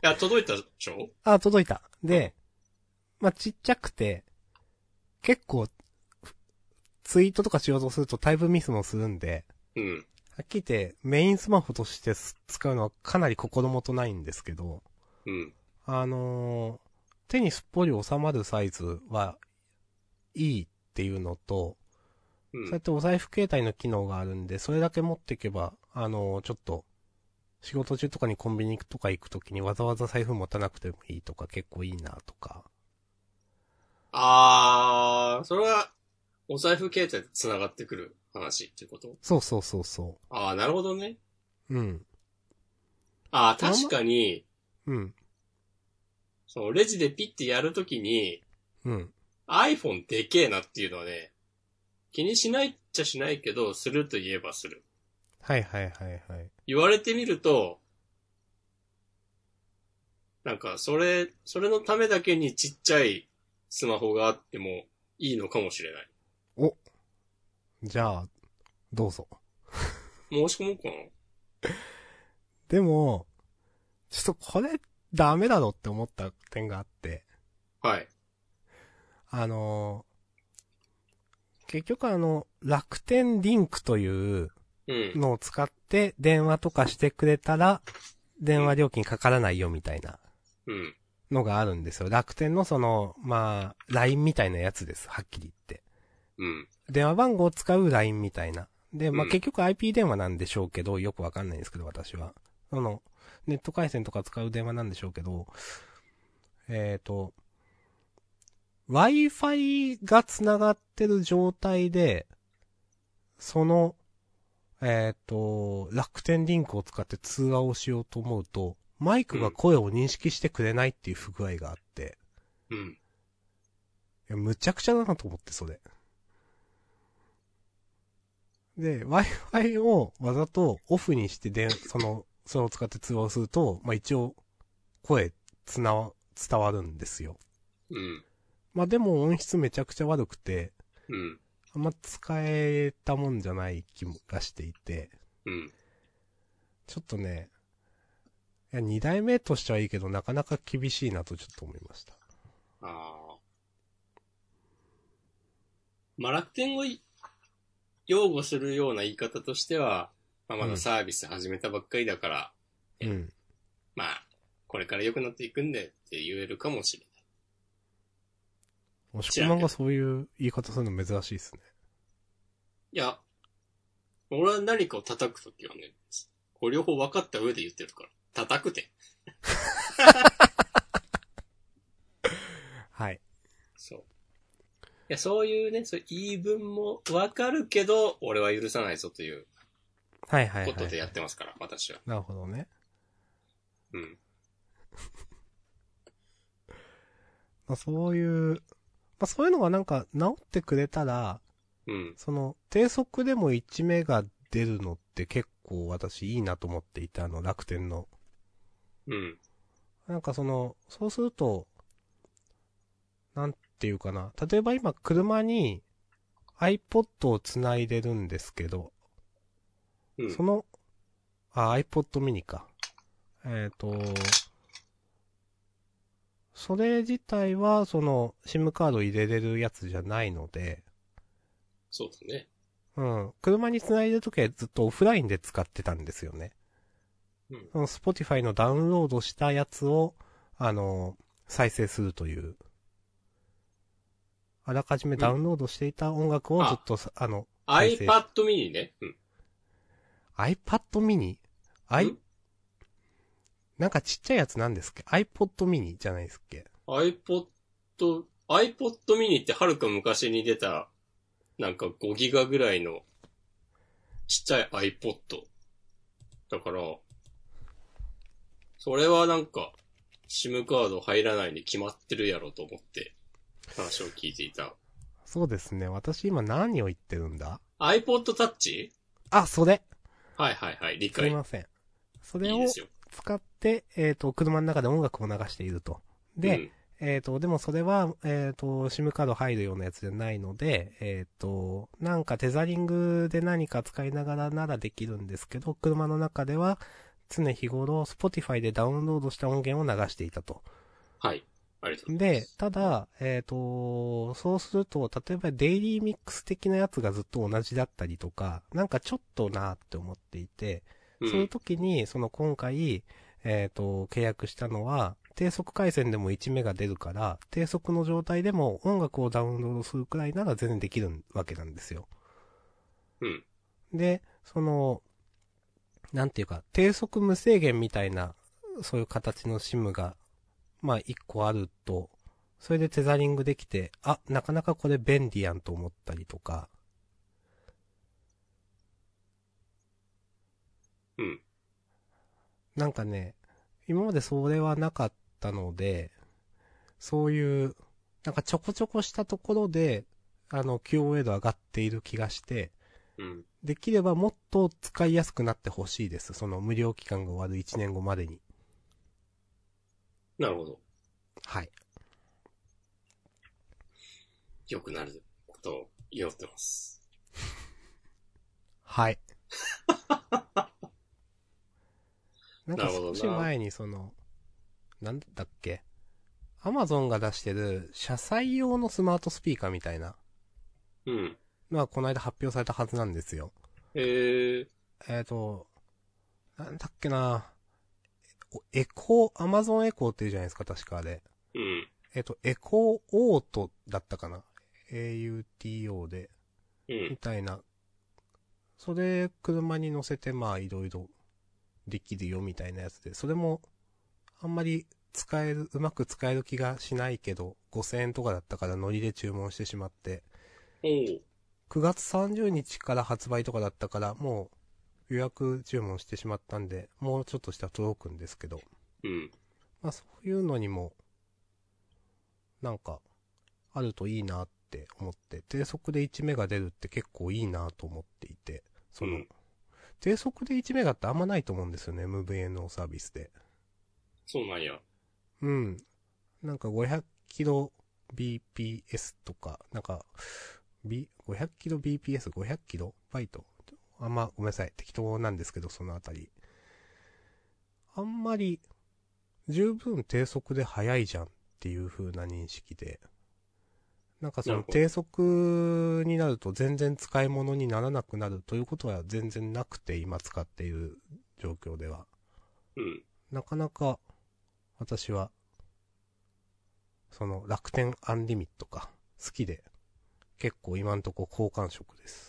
S1: や、届いたでしょ
S2: あ、届いた。で、まあ、ちっちゃくて、結構、ふツイートとかしようとするとタイプミスもするんで、
S1: うん。
S2: はっきり言ってメインスマホとしてす使うのはかなり心もとないんですけど、
S1: うん。
S2: あのー手にすっぽり収まるサイズはいいっていうのと、
S1: う
S2: そうや
S1: ん。
S2: ってお財布携帯の機能があるんで、それだけ持っていけば、あのーちょっと、仕事中とかにコンビニとか行くときにわざわざ財布持たなくてもいいとか結構いいなとか、
S1: あー、それは、お財布携帯と繋がってくる話っていうこと
S2: そうそうそうそ
S1: あー、なるほどね。
S2: う。うん。
S1: あー、確かに、
S2: うん。
S1: そのレジでピッてやるときに、
S2: うん。
S1: iPhone でけえなっていうのはね、気にしないっちゃしないけど、すると言えばする。
S2: はいはいはいはい。
S1: 言われてみると、なんか、それ、それのためだけにちっちゃいスマホがあってもいいのかもしれない。
S2: じゃあ、どうぞ。
S1: 申し込もうかな
S2: でも、ちょっとこれダメだろって思った点があって、
S1: はい。
S2: あのー結局あの、楽天リンクという
S1: うん。
S2: のを使って電話とかしてくれたら、電話料金かからないよみたいな
S1: うん。
S2: のがあるんですよ。楽天のその、まあ、LINE みたいなやつです。はっきり言って。
S1: うん。
S2: 電話番号を使う LINE みたいな。で、まあ、
S1: うん
S2: 結局 IP 電話なんでしょうけど、よくわかんないんですけど、私は。その、ネット回線とか使う電話なんでしょうけど、えっ、と、Wi-Fi が繋がってる状態で、その、えっ、と、楽天リンクを使って通話をしようと思うと、マイクが声を認識してくれないっていう不具合があって、
S1: うん。
S2: いや、むちゃくちゃだなと思って、それ。で、Wi-Fi をわざとオフにしてで、 その、それを使って通話をすると、まあ一応、声、つなわ、伝わるんですよ。
S1: うん。
S2: まあでも音質めちゃくちゃ悪くて、
S1: うん。
S2: あんま使えたもんじゃない気もがしていて、
S1: うん。
S2: ちょっとね、いや、二代目としてはいいけど、なかなか厳しいなとちょっと思いました。
S1: ああ。まあ、楽天をい擁護するような言い方としては、まあ、まだサービス始めたばっかりだから、
S2: うん。
S1: まあ、これから良くなっていくんでって言えるかもしれない。
S2: もしくまんがそういう言い方するの珍しいですね。
S1: いや、俺は何かを叩くときはね、こう両方分かった上で言ってるから、叩くて。
S2: はい。
S1: そう。いや、そういうね、そう言い分も分かるけど、俺は許さないぞという
S2: はいはいはい。
S1: ことでやってますから、私は。
S2: なるほどね。
S1: うん。
S2: まあ、そういう、まあ、そういうのがなんか治ってくれたら、
S1: うん。
S2: その低速でも1目が出るのって結構私いいなと思っていて、あの楽天の。
S1: うん。
S2: なんかその、そうすると、なんていうかな。例えば今車に iPod をつないでるんですけど、
S1: うん
S2: そ。の、あ、iPod mini か。えっ、と、それ自体は、その、SIM カード入れれるやつじゃないので、
S1: そうだね。
S2: うん。車に繋いでるときはずっとオフラインで使ってたんですよね。
S1: うん
S2: その Spotify のダウンロードしたやつを、あの、再生するという。あらかじめダウンロードしていた音楽をずっとさ、あの、再生
S1: iPad mini ね。うん。
S2: iPad mini? i
S1: ん
S2: なんかちっちゃいやつなんですっけ ?iPod mini じゃないですっけ
S1: iPod、iPod mini ってはるか昔に出た、なんか5ギガぐらいの、ちっちゃい iPod。だから、それはなんか、SIM カード入らないに決まってるやろと思って、話を聞いていた。
S2: そうですね。私今何を言ってるんだ
S1: iPod Touch?
S2: あ、それ
S1: はいはいはい、理
S2: すい
S1: 解。
S2: ません。それ
S1: いい
S2: を
S1: ですよ。
S2: 使って、えっ、と、車の中で音楽を流していると。で、
S1: うん、
S2: えっ、と、でもそれは、えっ、と、SIM カード入るようなやつじゃないので、えっ、と、なんかテザリングで何か使いながらならできるんですけど、車の中では常日頃 Spotify でダウンロードした音源を流していたと。
S1: はい。ありがとうございま
S2: で、
S1: す。
S2: ただ、えっ、と、そうすると、例えばデイリーミックス的なやつがずっと同じだったりとか、なんかちょっとなーって思っていて、
S1: う、
S2: そういうん時に、その今回、えっ、と、契約したのは、低速回線でも1目が出るから、低速の状態でも音楽をダウンロードするくらいなら全然できるわけなんですよ。
S1: うん。
S2: で、その、なんていうか、低速無制限みたいな、そういう形の SIM が、まあ一個あると、それでテザリングできて、あ、なかなかこれ便利やんと思ったりとか。
S1: うん。
S2: なんかね、今までそれはなかったので、そういう、なんかちょこちょこしたところで、あの、QOA 度上がっている気がして、
S1: うん。
S2: できればもっと使いやすくなってほしいです。その無料期間が終わる1年後までに。
S1: なるほど。
S2: はい。
S1: 良くなることを祈ってます。
S2: はい。 なん
S1: な
S2: か
S1: るほど
S2: 少
S1: な
S2: し前にその、なんだっけ。アマゾンが出してる、車載用のスマートスピーカーみたいな
S1: うん。
S2: のはこの間発表されたはずなんですよ。
S1: へえ。
S2: えっ、と、なんだっけなおエコー、アマゾンエコーって言うじゃないですか、確かあれ。
S1: うん。
S2: えっ、と、エコーオートだったかな。AUTO で。
S1: う
S2: み
S1: ん。
S2: たいな。それ、車に乗せて、まあ、いろいろできるよみたいなやつで、それも、あんまり使える、うまく使える気がしないけど、5000円とかだったからノリで注文してしまって、
S1: おう。
S2: 9月30日から発売とかだったから、もう予約注文してしまったんで、もうちょっとしたら届くんですけど、
S1: うん。
S2: まあそういうのにも、なんか、あるといいなって思って、低速で1メガ出るって結構いいなと思っていて、その、
S1: うん
S2: 低速で1メガってあんまないと思うんですよね、MVNO サービスで。
S1: そうなんや。
S2: うん。なんか500キロ BPS とか、なんか、B、500キロ BPS、500キロバイトあんま、ごめんなさい。適当なんですけど、そのあたり。あんまり、十分低速で速いじゃんっていう風な認識で。なんかそ
S1: な
S2: の
S1: るほど
S2: 低速になると全然使い物にならなくなるということは全然なくて、今使っている状況では。
S1: うん。
S2: なかなか、私は、その楽天アンリミットか、好きで、結構今んとこ好感触です。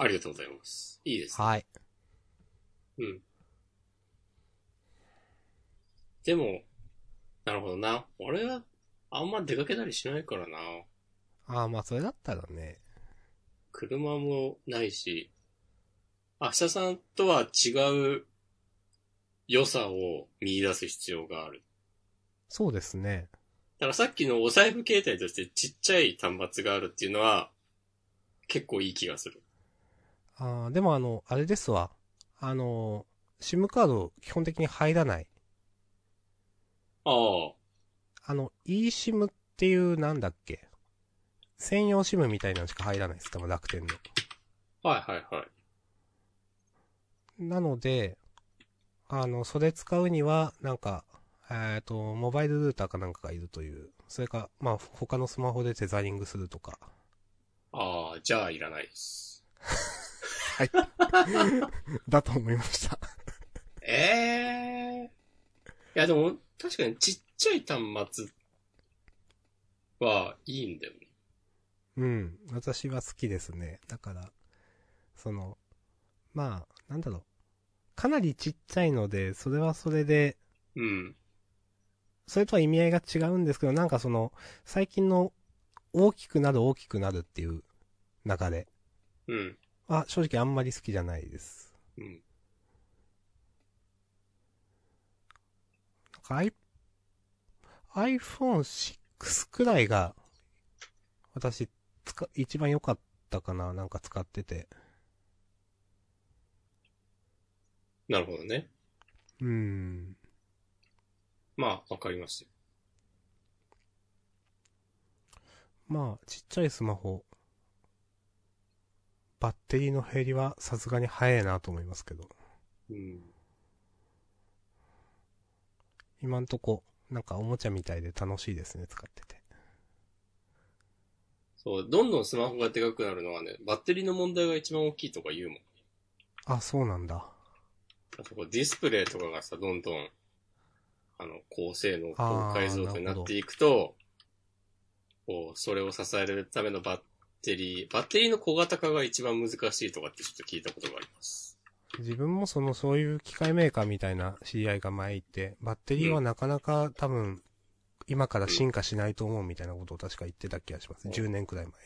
S1: ありがとうございます。いいですね。
S2: はい。
S1: うん。でも、なるほどな。俺は、あんま出かけたりしないからな。
S2: ああ、まあそれだったらね、
S1: 車もないし、明日さんとは違う良さを見出す必要がある。
S2: そうですね。
S1: だからさっきのお財布携帯としてちっちゃい端末があるっていうのは、結構いい気がする。
S2: ああ、でもあの、あれですわ。あの、SIM カード基本的に入らない。
S1: ああ、
S2: あの、eSIM っていうなんだっけ。専用 SIM みたいなのしか入らないです、多分楽天の。
S1: はいはいはい。
S2: なので、あの、それ使うには、なんか、えっ、と、モバイルルーターかなんかがいるという、それか、まあ、他のスマホでテザリングするとか。
S1: ああ、じゃあいらないです。
S2: はい。 だと思いました。
S1: ええいやでも、確かにちっちゃい端末はいいんだよね。
S2: うん。私は好きですね。だから、その、まあ、なんだろう。かなりちっちゃいので、それはそれで、
S1: うん。
S2: それとは意味合いが違うんですけど、なんかその、最近の大きくなる大きくなるっていう中で、
S1: うん。
S2: は正直あんまり好きじゃないです。
S1: うん。
S2: なんか i、iPhone6 くらいが、私、つか、一番良かったかな、なんか使ってて。
S1: なるほどね。
S2: うーん。
S1: まあ、わかりましたよ。
S2: まあ、ちっちゃいスマホ。バッテリーの減りはさすがに早いなと思いますけど。
S1: うん。
S2: 今んとこ、なんかおもちゃみたいで楽しいですね、使ってて。
S1: そう、どんどんスマホがでかくなるのはね、バッテリーの問題が一番大きいとか言うもん。
S2: あ、そうなんだ。
S1: あとこうディスプレイとかがさ、どんどん、あの、高性能、高
S2: あー
S1: 解像度になっていくと、こう、それを支えるためのバッテリー、バッテリーの小型化が一番難しいとかってちょっと聞いたことがあります。
S2: 自分もその、そういう機械メーカーみたいな知り合いが前いて、バッテリーはなかなか多分、今から進化しないと思うみたいなことを確か言ってた気がします。
S1: うん
S2: 10年くらい前に。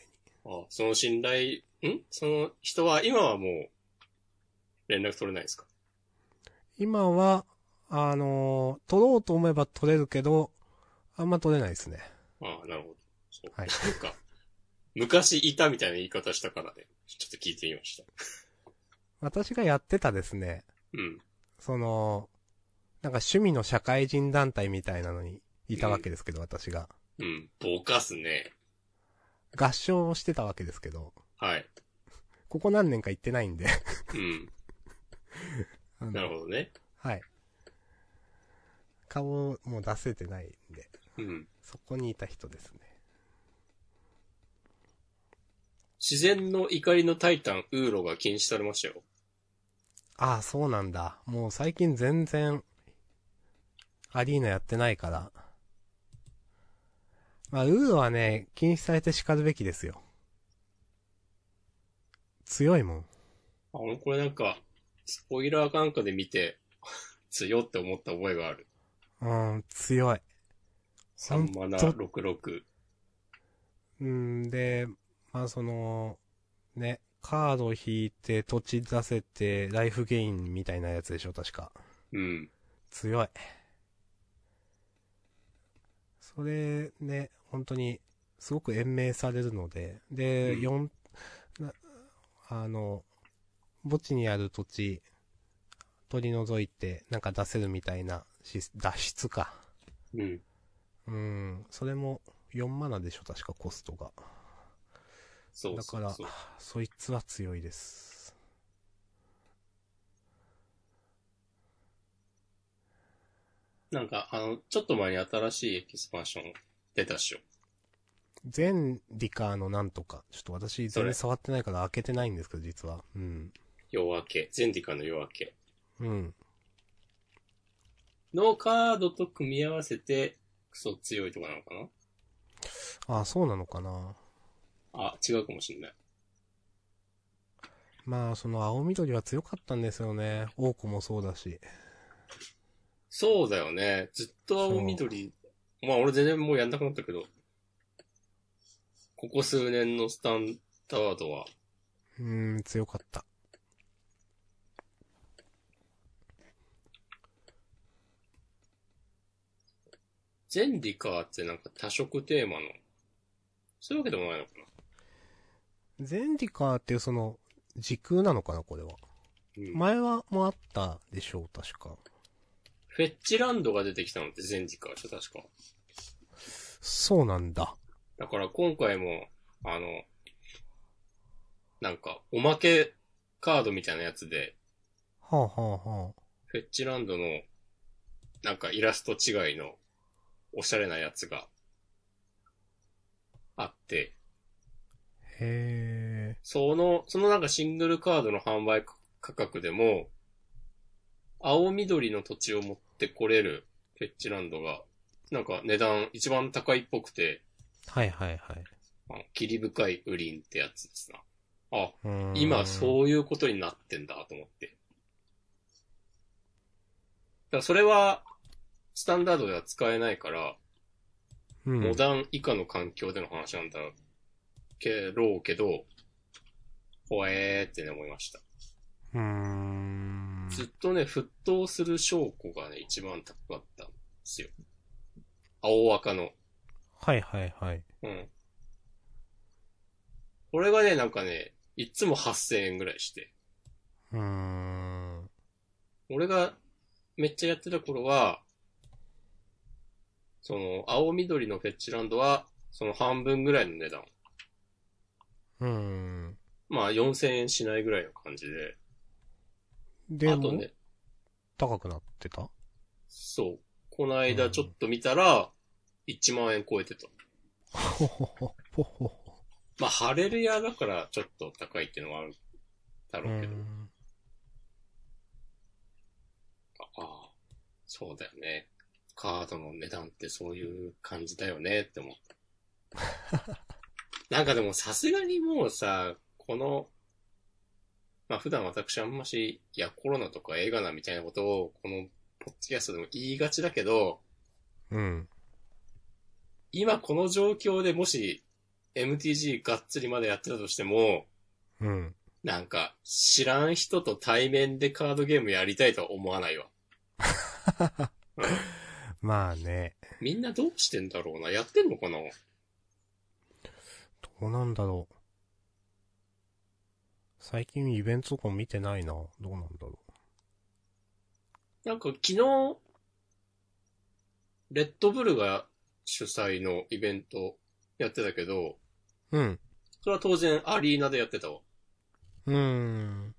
S1: あその信頼、んその人は、今はもう、連絡取れないですか
S2: 今は、あのー取ろうと思えば取れるけど、あんま取れないですね。
S1: ああ、なるほど。そう。
S2: はい
S1: なんか、昔いたみたいな言い方したからね、ちょっと聞いてみました。
S2: 私がやってたですね、
S1: うん。
S2: その、なんか趣味の社会人団体みたいなのにいたわけですけど、私が。
S1: うん。ぼかすね。
S2: 合唱をしてたわけですけど、
S1: はい。
S2: ここ何年か行ってない んで。
S1: うん。
S2: あの
S1: なるほどね。
S2: はい。顔をもう出せてないんで、
S1: うん。
S2: そこにいた人ですね。
S1: 自然の怒りのタイタン、ウーロが禁止されましたよ。
S2: ああ、そうなんだ。もう最近全然、アリーナやってないから。まあ、ウードはね、禁止されて叱るべきですよ。強いもん。
S1: あ、俺これなんか、スポイラーかなんかで見て、強って思った覚えがある。
S2: うん、強い。
S1: サンマナ
S2: ほん
S1: 66。
S2: うんで、まあその、ね、カード引いて、土地出せて、ライフゲインみたいなやつでしょ、確か。
S1: うん。
S2: 強い。それね、本当に、すごく延命されるので、で、
S1: うん
S2: 四なあの、墓地にある土地、取り除いて、なんか出せるみたいなシス、脱出か。
S1: うん。
S2: うん、それも4マナでしょ、確かコストが。
S1: そう
S2: だ
S1: そ
S2: か
S1: う
S2: ら
S1: そう。、
S2: そいつは強いです。
S1: なんか、あの、ちょっと前に新しいエキスパンション出たっしょ。
S2: 全リカーのなんとか。ちょっと私
S1: そ
S2: 全
S1: れ
S2: 然触ってないから開けてないんですけど、実は。うん。
S1: 夜明け。ゼンディカの夜明け。
S2: うん。
S1: のカードと組み合わせて、クソ強いとかなのかな
S2: ああ、そうなのかな。
S1: あ、違うかもしんない。
S2: まあ、その青緑は強かったんですよね。オークもそうだし。
S1: そうだよね。ずっと青緑。まあ俺全然もうやんなくなったけど、ここ数年のスタンダードは、
S2: うん、強かった。
S1: ゼンディカーってなんか多色テーマの、そういうわけでもないのかな。
S2: 全リカーっていうその、時空なのかな、これは。
S1: うん
S2: 前はもうあったでしょう、確か。
S1: フェッチランドが出てきたのってゼンディカーでしょ、確か。
S2: そうなんだ。
S1: だから今回も、あの、なんか、おまけカードみたいなやつで、
S2: はあ、はあはあ、
S1: フェッチランドの、なんかイラスト違いの、おしゃれなやつが、あって、
S2: へえ。
S1: その、そのなんかシングルカードの販売価格でも、青緑の土地を持ってこれるフェッチランドが、なんか値段一番高いっぽくて、
S2: はいはいはい。
S1: あの霧深いウリンってやつですな。あ、
S2: うーん
S1: 今そういうことになってんだと思って。だからそれは、スタンダードでは使えないから、
S2: うん、
S1: モダン以下の環境での話なんだけど、けど、ほえーってね思いました。
S2: うーん。
S1: ずっとね、沸騰する証拠がね、一番高かったんですよ。青赤の。
S2: はいはいはい。
S1: うん。これがね、なんかね、いつも8000円ぐらいして。
S2: うーん。
S1: 俺がめっちゃやってた頃は、その、青緑のフェッチランドは、その半分ぐらいの値段。
S2: うーん。
S1: まあ4000円しないぐらいの感じで。
S2: で
S1: あと
S2: も、
S1: ね、
S2: 高くなってた
S1: そう。この間ちょっと見たら、1万円超えてた。
S2: ほほほ、ほほほ。
S1: まあ、ハレルヤだからちょっと高いっていうのはあるだ
S2: うー
S1: ろうけど。
S2: ん。
S1: ああ、そうだよね。カードの値段ってそういう感じだよねって思った。なんかでもさすがにもうさ、この、まあ普段私あんまし、いやコロナとか映画なみたいなことを、このポッドキャストでも言いがちだけど、
S2: うん。
S1: 今この状況でもし MTG がっつりまでやってたとしても、
S2: うん。
S1: なんか知らん人と対面でカードゲームやりたいとは思わないわ。
S2: まあね。
S1: みんなどうしてんだろうな。やってんのかな
S2: どうなんだろう。最近イベントとかも見てないな。どうなんだろ
S1: なんか昨日、レッドブルが主催のイベントやってたけど、
S2: う。うん。
S1: それは当然アリーナでやってたわ。
S2: うーん。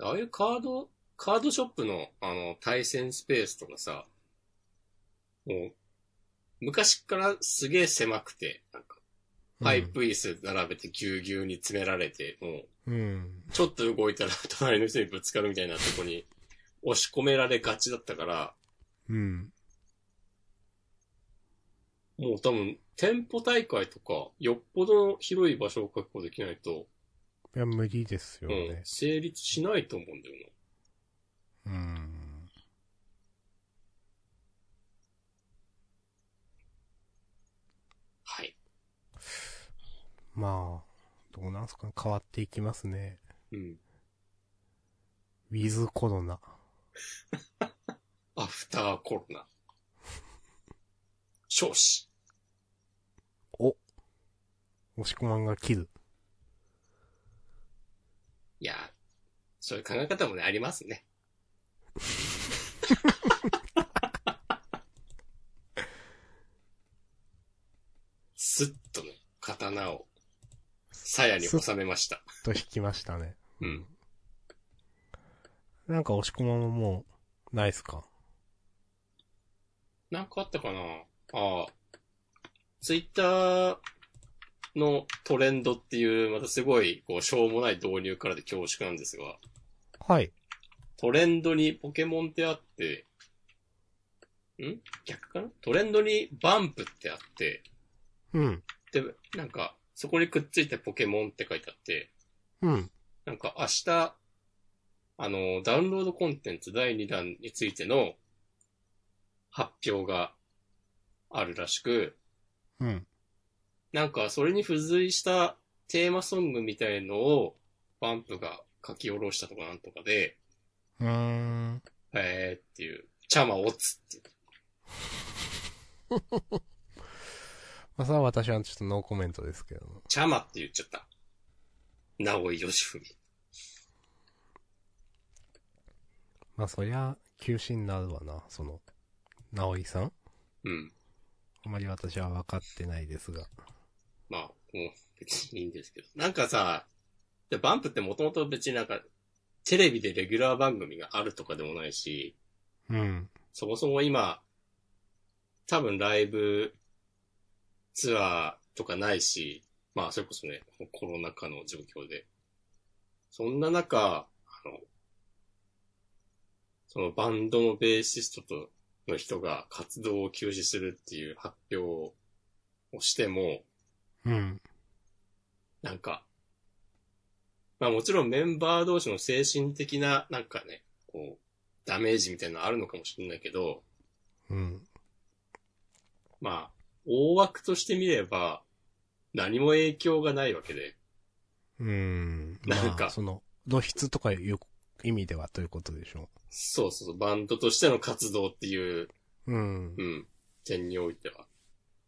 S1: ああいうカード、カードショップの、あの、対戦スペースとかさ、もう、昔からすげえ狭くて、なんか、パイプ椅子並べてぎゅうぎゅうに詰められて、もう、
S2: うん。
S1: ちょっと動いたら 隣の人にぶつかるみたいなとこに押し込められがちだったから、
S2: うん。
S1: もう多分、店舗大会とか、よっぽどの広い場所を確保できないと、
S2: いや、無理ですよ
S1: うん
S2: ね、。
S1: 成立しないと思うんだよな。
S2: うん。
S1: はい。
S2: まあ、どうなんすかね変わっていきますね。
S1: うん。
S2: ウィズコロナ。
S1: アフターコロ ナ。少子。
S2: 押し込まんが切る。
S1: いや、そういう考え方もね、あります ね。スッとね、刀を、鞘に収めました。
S2: と引きましたね。
S1: うん。
S2: なんか押し込まんももう、ないっすか
S1: なんかあったかなああ。ツイッターのトレンドっていう、またすごい、こう、しょうもない導入からで恐縮なんですが、
S2: はい。
S1: トレンドにポケモンってあって、ん逆かなトレンドにバンプってあって、
S2: うん。
S1: で、なんか、そこにくっついてポケモンって書いてあって、
S2: うん。
S1: なんか明日、あの、ダウンロードコンテンツ第2弾についての発表があるらしく、
S2: うん。
S1: なんか、それに付随したテーマソングみたいのを、バンプが書き下ろしたとかなんとかで、
S2: うーん。
S1: えーっていう、チャマオツっていう。
S2: まあ、それは私はちょっとノーコメントですけども。
S1: チャマって言っちゃった。直井義文。
S2: まあ、そりゃ、休止になるわな、その、直井さん
S1: うん。
S2: あまり私は分かってないですが。
S1: まあ、もう、別にいいんですけど。なんかさ、でバンプってもともと別になんか、テレビでレギュラー番組があるとかでもないし、
S2: うん。
S1: そもそも今、多分ライブツアーとかないし、まあそれこそね、コロナ禍の状況で。そんな中、あの、そのバンドのベーシストとの人が活動を休止するっていう発表をしても、
S2: うん。
S1: なんか、まあもちろんメンバー同士の精神的な、なんかね、こう、ダメージみたいなのあるのかもしれないけど、
S2: うん。
S1: まあ、大枠として見れば、何も影響がないわけで。
S2: うん。
S1: なん
S2: ま
S1: か
S2: あ、その、露出とかいう意味ではということでしょ
S1: そうそうそう、バンドとしての活動っていう、
S2: う。うん
S1: う。ん、点においては。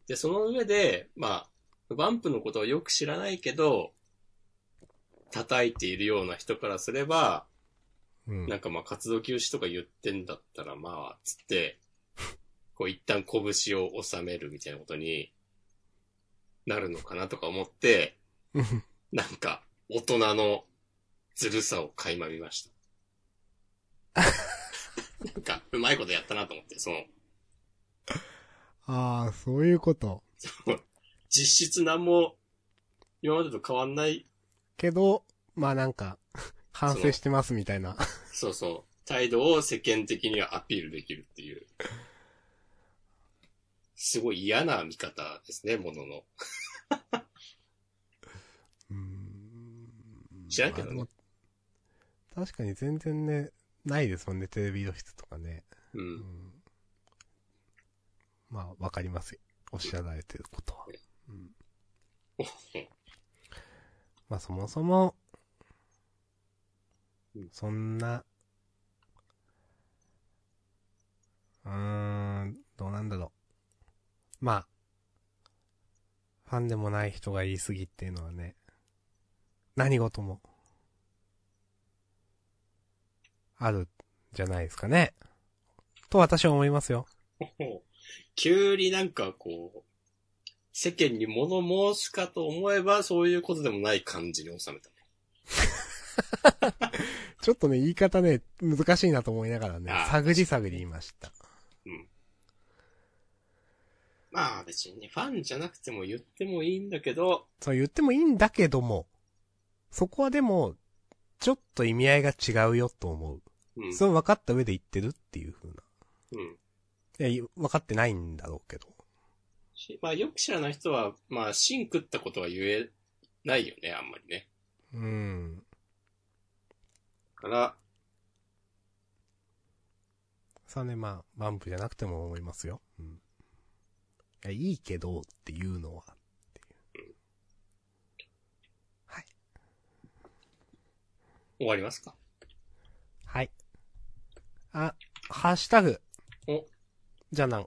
S1: で、その上で、まあ、バンプのことをよく知らないけど、叩いているような人からすれば、
S2: うん
S1: なんかまあ活動休止とか言ってんだったらまあ、つって、こう一旦拳を収めるみたいなことになるのかなとか思って、
S2: うん。
S1: なんか、大人のずるさを垣間見ました。なんか、うまいことやったなと思って、その、
S2: ああ、そういうこと。
S1: 実質何も、今までと変わんない、
S2: けど、まあなんか、 反省してますみたいな。
S1: そうそう、態度を世間的にはアピールできるっていう。すごい嫌な見方ですね、ものの。
S2: うん。
S1: 知らんけどね
S2: まあでも確かに全然ね、ないですもんね、テレビ露出とかね。
S1: う。
S2: うんん。まあ、わかりますよ。おっしゃられてることは。うんまあそもそも
S1: うん、
S2: そんな、どうなんだろう。まあ、ファンでもない人が言い過ぎっていうのはね、何事も、ある、じゃないですかね。と私は思いますよ。
S1: もう、急になんかこう、世間に物申すかと思えば、そういうことでもない感じに収めたね。
S2: ちょっとね、言い方ね、難しいなと思いながらね
S1: あ、ー
S2: 探り探り言いました。
S1: まあ別にね、ファンじゃなくても言ってもいいんだけど、
S2: そう言ってもいいんだけども、そこはでも、ちょっと意味合いが違うよと思う。
S1: うん。
S2: それを分かった上で言ってるっていう風な。
S1: うん。
S2: いや、分かってないんだろうけど。
S1: しまあよく知らない人は、まあ芯食ったことは言えないよね、あんまりね。
S2: うん。
S1: だから、
S2: さあね、まあ、バンプじゃなくても思いますよ。うん。いや、いいけどっていうのは、っていう。
S1: 終わりますか
S2: はい。あ、ハッシュタグ。
S1: お。
S2: じゃなん。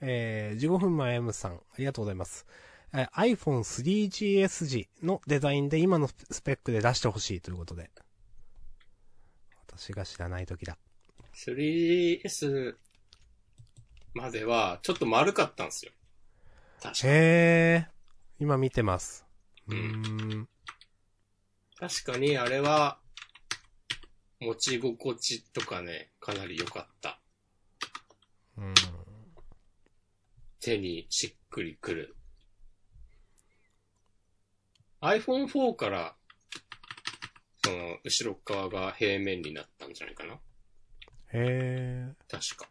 S2: えー、15分前 M さん、ありがとうございます。えー iPhone 3GS 時のデザインで今のスペックで出してほしいということで。私が知らない時だ。
S1: 3S までは、ちょっと丸かったんですよ。確か
S2: へー。今見てます。
S1: う
S2: うー
S1: ん
S2: ん。
S1: 確かに、あれは、持ち心地とかね、かなり良かった。
S2: うん。
S1: 手にしっくりくる。iPhone4 から、その、後ろ側が平面になったんじゃないかな
S2: へー。
S1: 確か。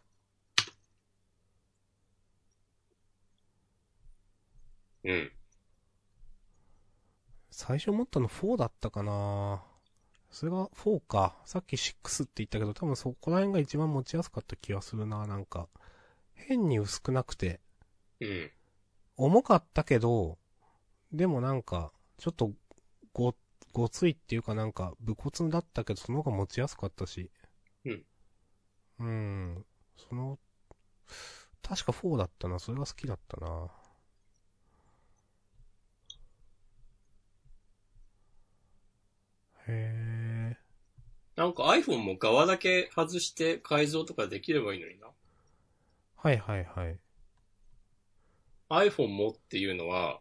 S1: うん。
S2: 最初持ったの4だったかなそれが4か。さっき6って言ったけど、多分そこら辺が一番持ちやすかった気がするななんか、変に薄くなくて、
S1: うん。
S2: 重かったけど、でもなんか、ちょっと、ご、ごついっていうかなんか、武骨だったけど、その方が持ちやすかったし。
S1: うん。
S2: うん。その、確か4だったな。それが好きだったなへえ。
S1: なんか iPhone も側だけ外して改造とかできればいいのにな。
S2: はいはいはい。
S1: iPhone もっていうのは、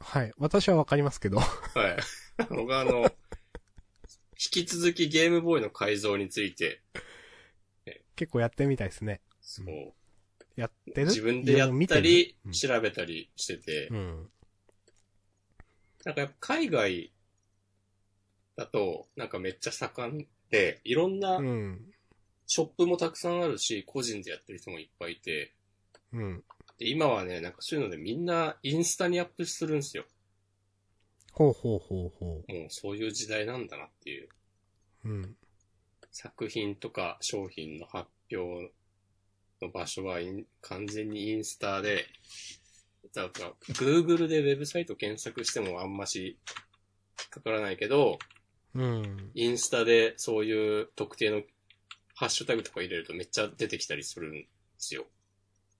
S2: はい。私はわかりますけど。
S1: はい。僕はあの、引き続きゲームボーイの改造について、
S2: 結構やってみたいですね。
S1: そう
S2: やってる
S1: 自分でやっ
S2: い見て
S1: た
S2: る
S1: り
S2: う、ん
S1: 調べたりしてて、
S2: うん。
S1: なんかやっぱ海外だと、なんかめっちゃ盛んで、いろんな
S2: うん。
S1: ショップもたくさんあるし、個人でやってる人もいっぱいいて、
S2: うん。
S1: で今はね、なんかそういうのでみんなインスタにアップするんですよ。
S2: ほうほうほうほ
S1: もうそういう時代なんだなっていう。
S2: う。うん。
S1: 作品とか商品の発表の場所はイン完全にインスタで、だから Google でウェブサイト検索してもあんまし引っかからないけど、
S2: うん。
S1: インスタでそういう特定のハッシュタグとか入れるとめっちゃ出てきたりするんですよ。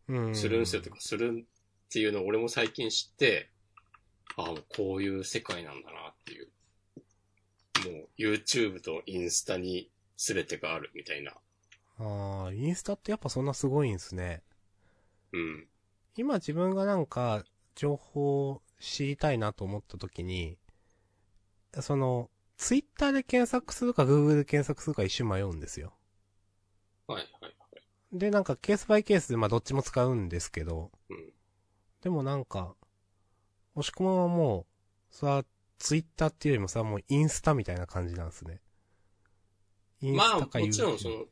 S2: うん。
S1: するんですよとか、するっていうのを俺も最近知って、ああ、もうこういう世界なんだなっていう。もう YouTube とインスタに全てがあるみたいな。
S2: ああ、インスタってやっぱそんなすごいんですね。
S1: うん。
S2: 今自分がなんか、情報を知りたいなと思った時に、その、ツイッターで検索するか Google で検索するか一瞬迷うんですよ。
S1: はいはい
S2: で、なんかケースバイケースでまあどっちも使うんですけど、
S1: うん
S2: でもなんか、押し込まんはもう、それはツイッターっていうよりもさ、もうインスタみたいな感じなんですね。イン
S1: まあ、
S2: ス
S1: も
S2: タか YouTube。
S1: ちろんその、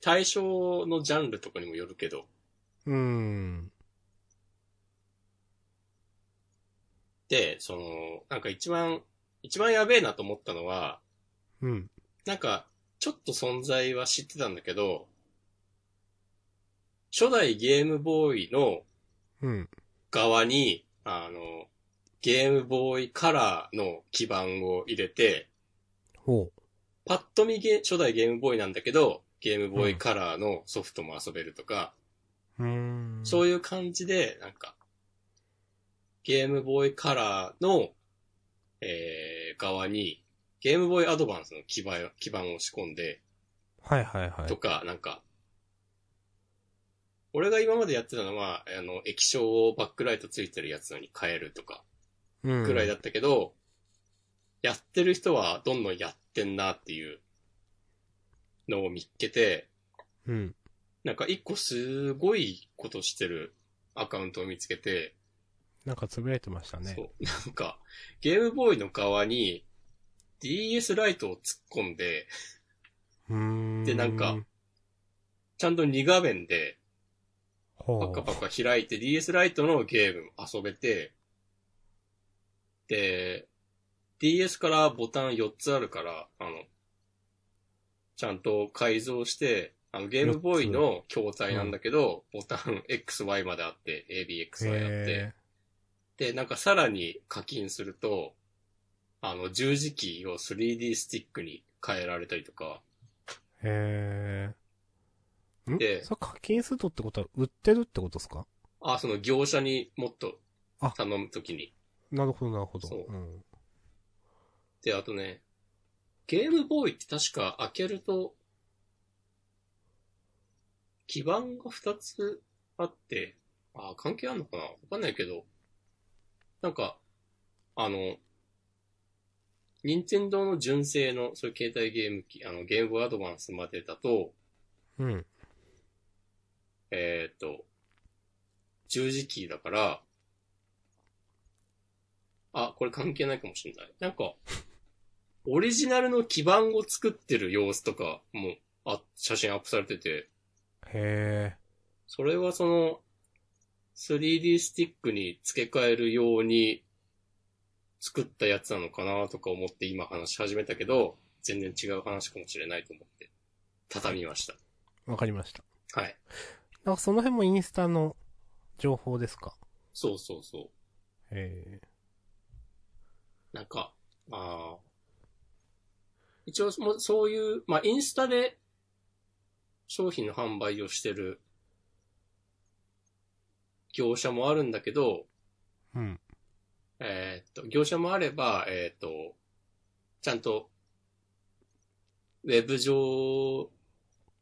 S1: 対象のジャンルとかにもよるけど、
S2: うーん。
S1: で、その、なんか一番、一番やべえなと思ったのは、
S2: うん。
S1: なんか、ちょっと存在は知ってたんだけど、初代ゲームボーイの
S2: うん。
S1: 側に、あの、ゲームボーイカラーの基板を入れて、
S2: ほう。
S1: パッと見ゲ初代ゲームボーイなんだけど、ゲームボーイカラーのソフトも遊べるとか、
S2: うーん。
S1: そういう感じで、なんか、ゲームボーイカラーの、えー、側に、ゲームボーイアドバンスの基盤基盤を仕込んで、
S2: はいはいは
S1: と
S2: い。
S1: か、なんか、俺が今までやってたのは、あの、液晶をバックライトついてるやつのに変えるとか、
S2: うん。
S1: くらいだったけど、やってる人はどんどんやってんなっていうのを見っけて、
S2: うん。
S1: なんか一個すごいことしてるアカウントを見つけて、
S2: なんかつぶやいてましたね。
S1: そう、なんか、ゲームボーイの側に DS ライトを突っ込んで、
S2: うーん。
S1: でなんか、ちゃんと2画面で
S2: ほう。
S1: パカパカ開いて DS ライトのゲームも遊べて、で、DS からボタン4つあるから、あの、ちゃんと改造して、あの、ゲームボーイの筐体なんだけど、ボタン XY まであって、ABXY あって、
S2: へ
S1: で、なんかさらに課金すると、あの、十字キーを 3D スティックに変えられたりとか、
S2: ーへー。ん
S1: で
S2: それ課金するとってことは売ってるってことですか
S1: あ、その業者にもっと
S2: あ
S1: 頼むときに。
S2: なるほどなるほど。。
S1: そうんで、あとね、ゲームボーイって確か開けると、基板が2つあって、あ、関係あんのかなわかんないけど、なんか、あの、任天堂の純正の、そういう携帯ゲーム機、あの、ゲームボーイアドバンスまでだと、
S2: うん。
S1: えーっ、と、十字キーだから、あ、これ関係ないかもしれない。なんか、オリジナルの基盤を作ってる様子とかも、あ、写真アップされてて、
S2: へ
S1: それはその、3D スティックに付け替えるように作ったやつなのかなとか思って今話し始めたけど、全然違う話かもしれないと思って、畳みました。
S2: ー。わかりました。
S1: はい。
S2: なんかその辺もインスタの情報ですか
S1: そうそうそう。
S2: へ
S1: なんか、ああ。一応、もうそういう、まあ、インスタで商品の販売をしてる業者もあるんだけど、
S2: ー。うん。
S1: えーっと、業者もあれば、えーっと、ちゃんと、ウェブ上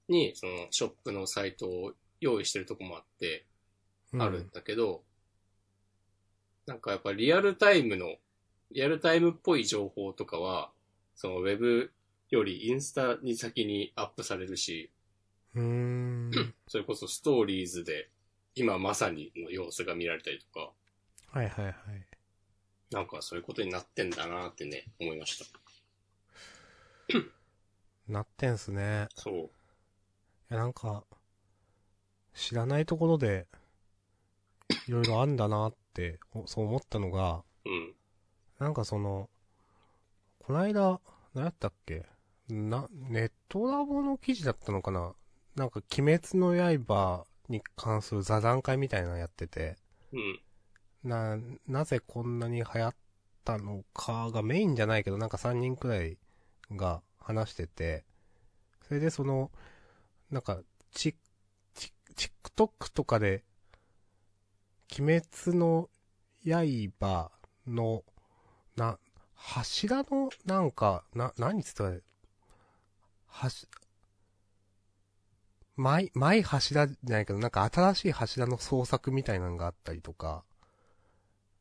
S1: に、その、ショップのサイトを用意してるとこもあって、
S2: うん
S1: あるん。だけど、なんかやっぱリアルタイムの、リアルタイムっぽい情報とかは、そのウェブよりインスタに先にアップされるし、
S2: う ーん。
S1: それこそストーリーズで今まさにの様子が見られたりとか、
S2: はいはいはい。
S1: なんかそういうことになってんだなってね、思いました。
S2: なってんすね。
S1: そう。
S2: いやなんか、知らないところで、いろいろあんだなって、おそう思ったのが、
S1: うん。
S2: なんかその、こないだ、何やったっけな、ネットラボの記事だったのかななんか、鬼滅の刃に関する座談会みたいなのやってて、
S1: うん。
S2: な、なぜこんなに流行ったのかがメインじゃないけど、なんか3人くらいが話してて、それでその、なんか、チ、チ、TikTok とかで、鬼滅の刃の、な、柱の、なんか、な、何つったらいい、はし、前、前柱じゃないけど、なんか新しい柱の創作みたいなのがあったりとか、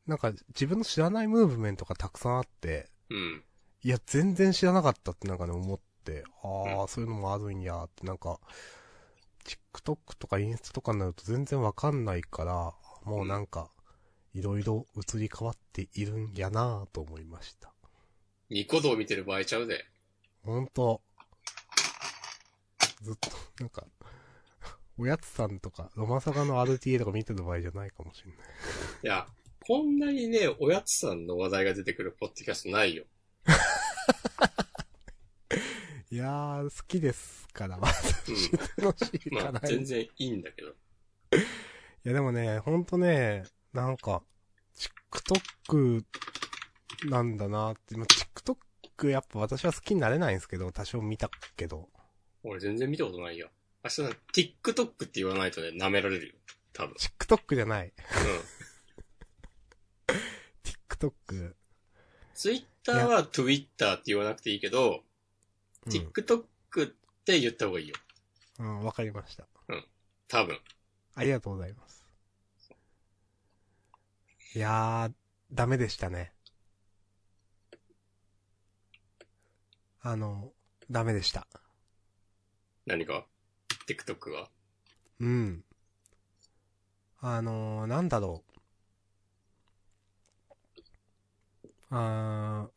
S2: なんか自分の知らないムーブメントがたくさんあって、
S1: うん。
S2: いや、全然知らなかったってなんかね、思って、あ
S1: う
S2: あ、そういうのもあるんや、ってなんか、TikTok とかインスタとかになると全然わかんないから、もうなんか、いろいろ移り変わっているんやなぁと思いました。
S1: ニコ動見てる場合ちゃうで。
S2: ほんと、ずっと、なんか、おやつさんとか、ロマサガの RTA とか見てる場合じゃないかもしれない。
S1: いや、こんなにね、おやつさんの話題が出てくるポッドキャストないよ。
S2: いやー、好きです から、私、楽しい
S1: ま
S2: から
S1: あ、。全然いいんだけど。
S2: いやでもね、ほんとね、なんか、TikTok なんだなって、まあ TikTok やっぱ私は好きになれないんですけど、多少見たけど。
S1: 俺全然見たことないよ。あ、そうだ、TikTok って言わないとね、舐められるよ。多分。
S2: TikTok じゃない。
S1: うん。
S2: TikTok。
S1: Twitter は Twitter って言わなくていいけど、
S2: うん。
S1: TikTok って言った方がいいよ。
S2: うん、わかりました。
S1: 多分。
S2: ありがとうございます。いやー、ダメでしたね。あの、ダメでした。
S1: 何か ?TikTok は。
S2: うん。あのー、なんだろう。あー。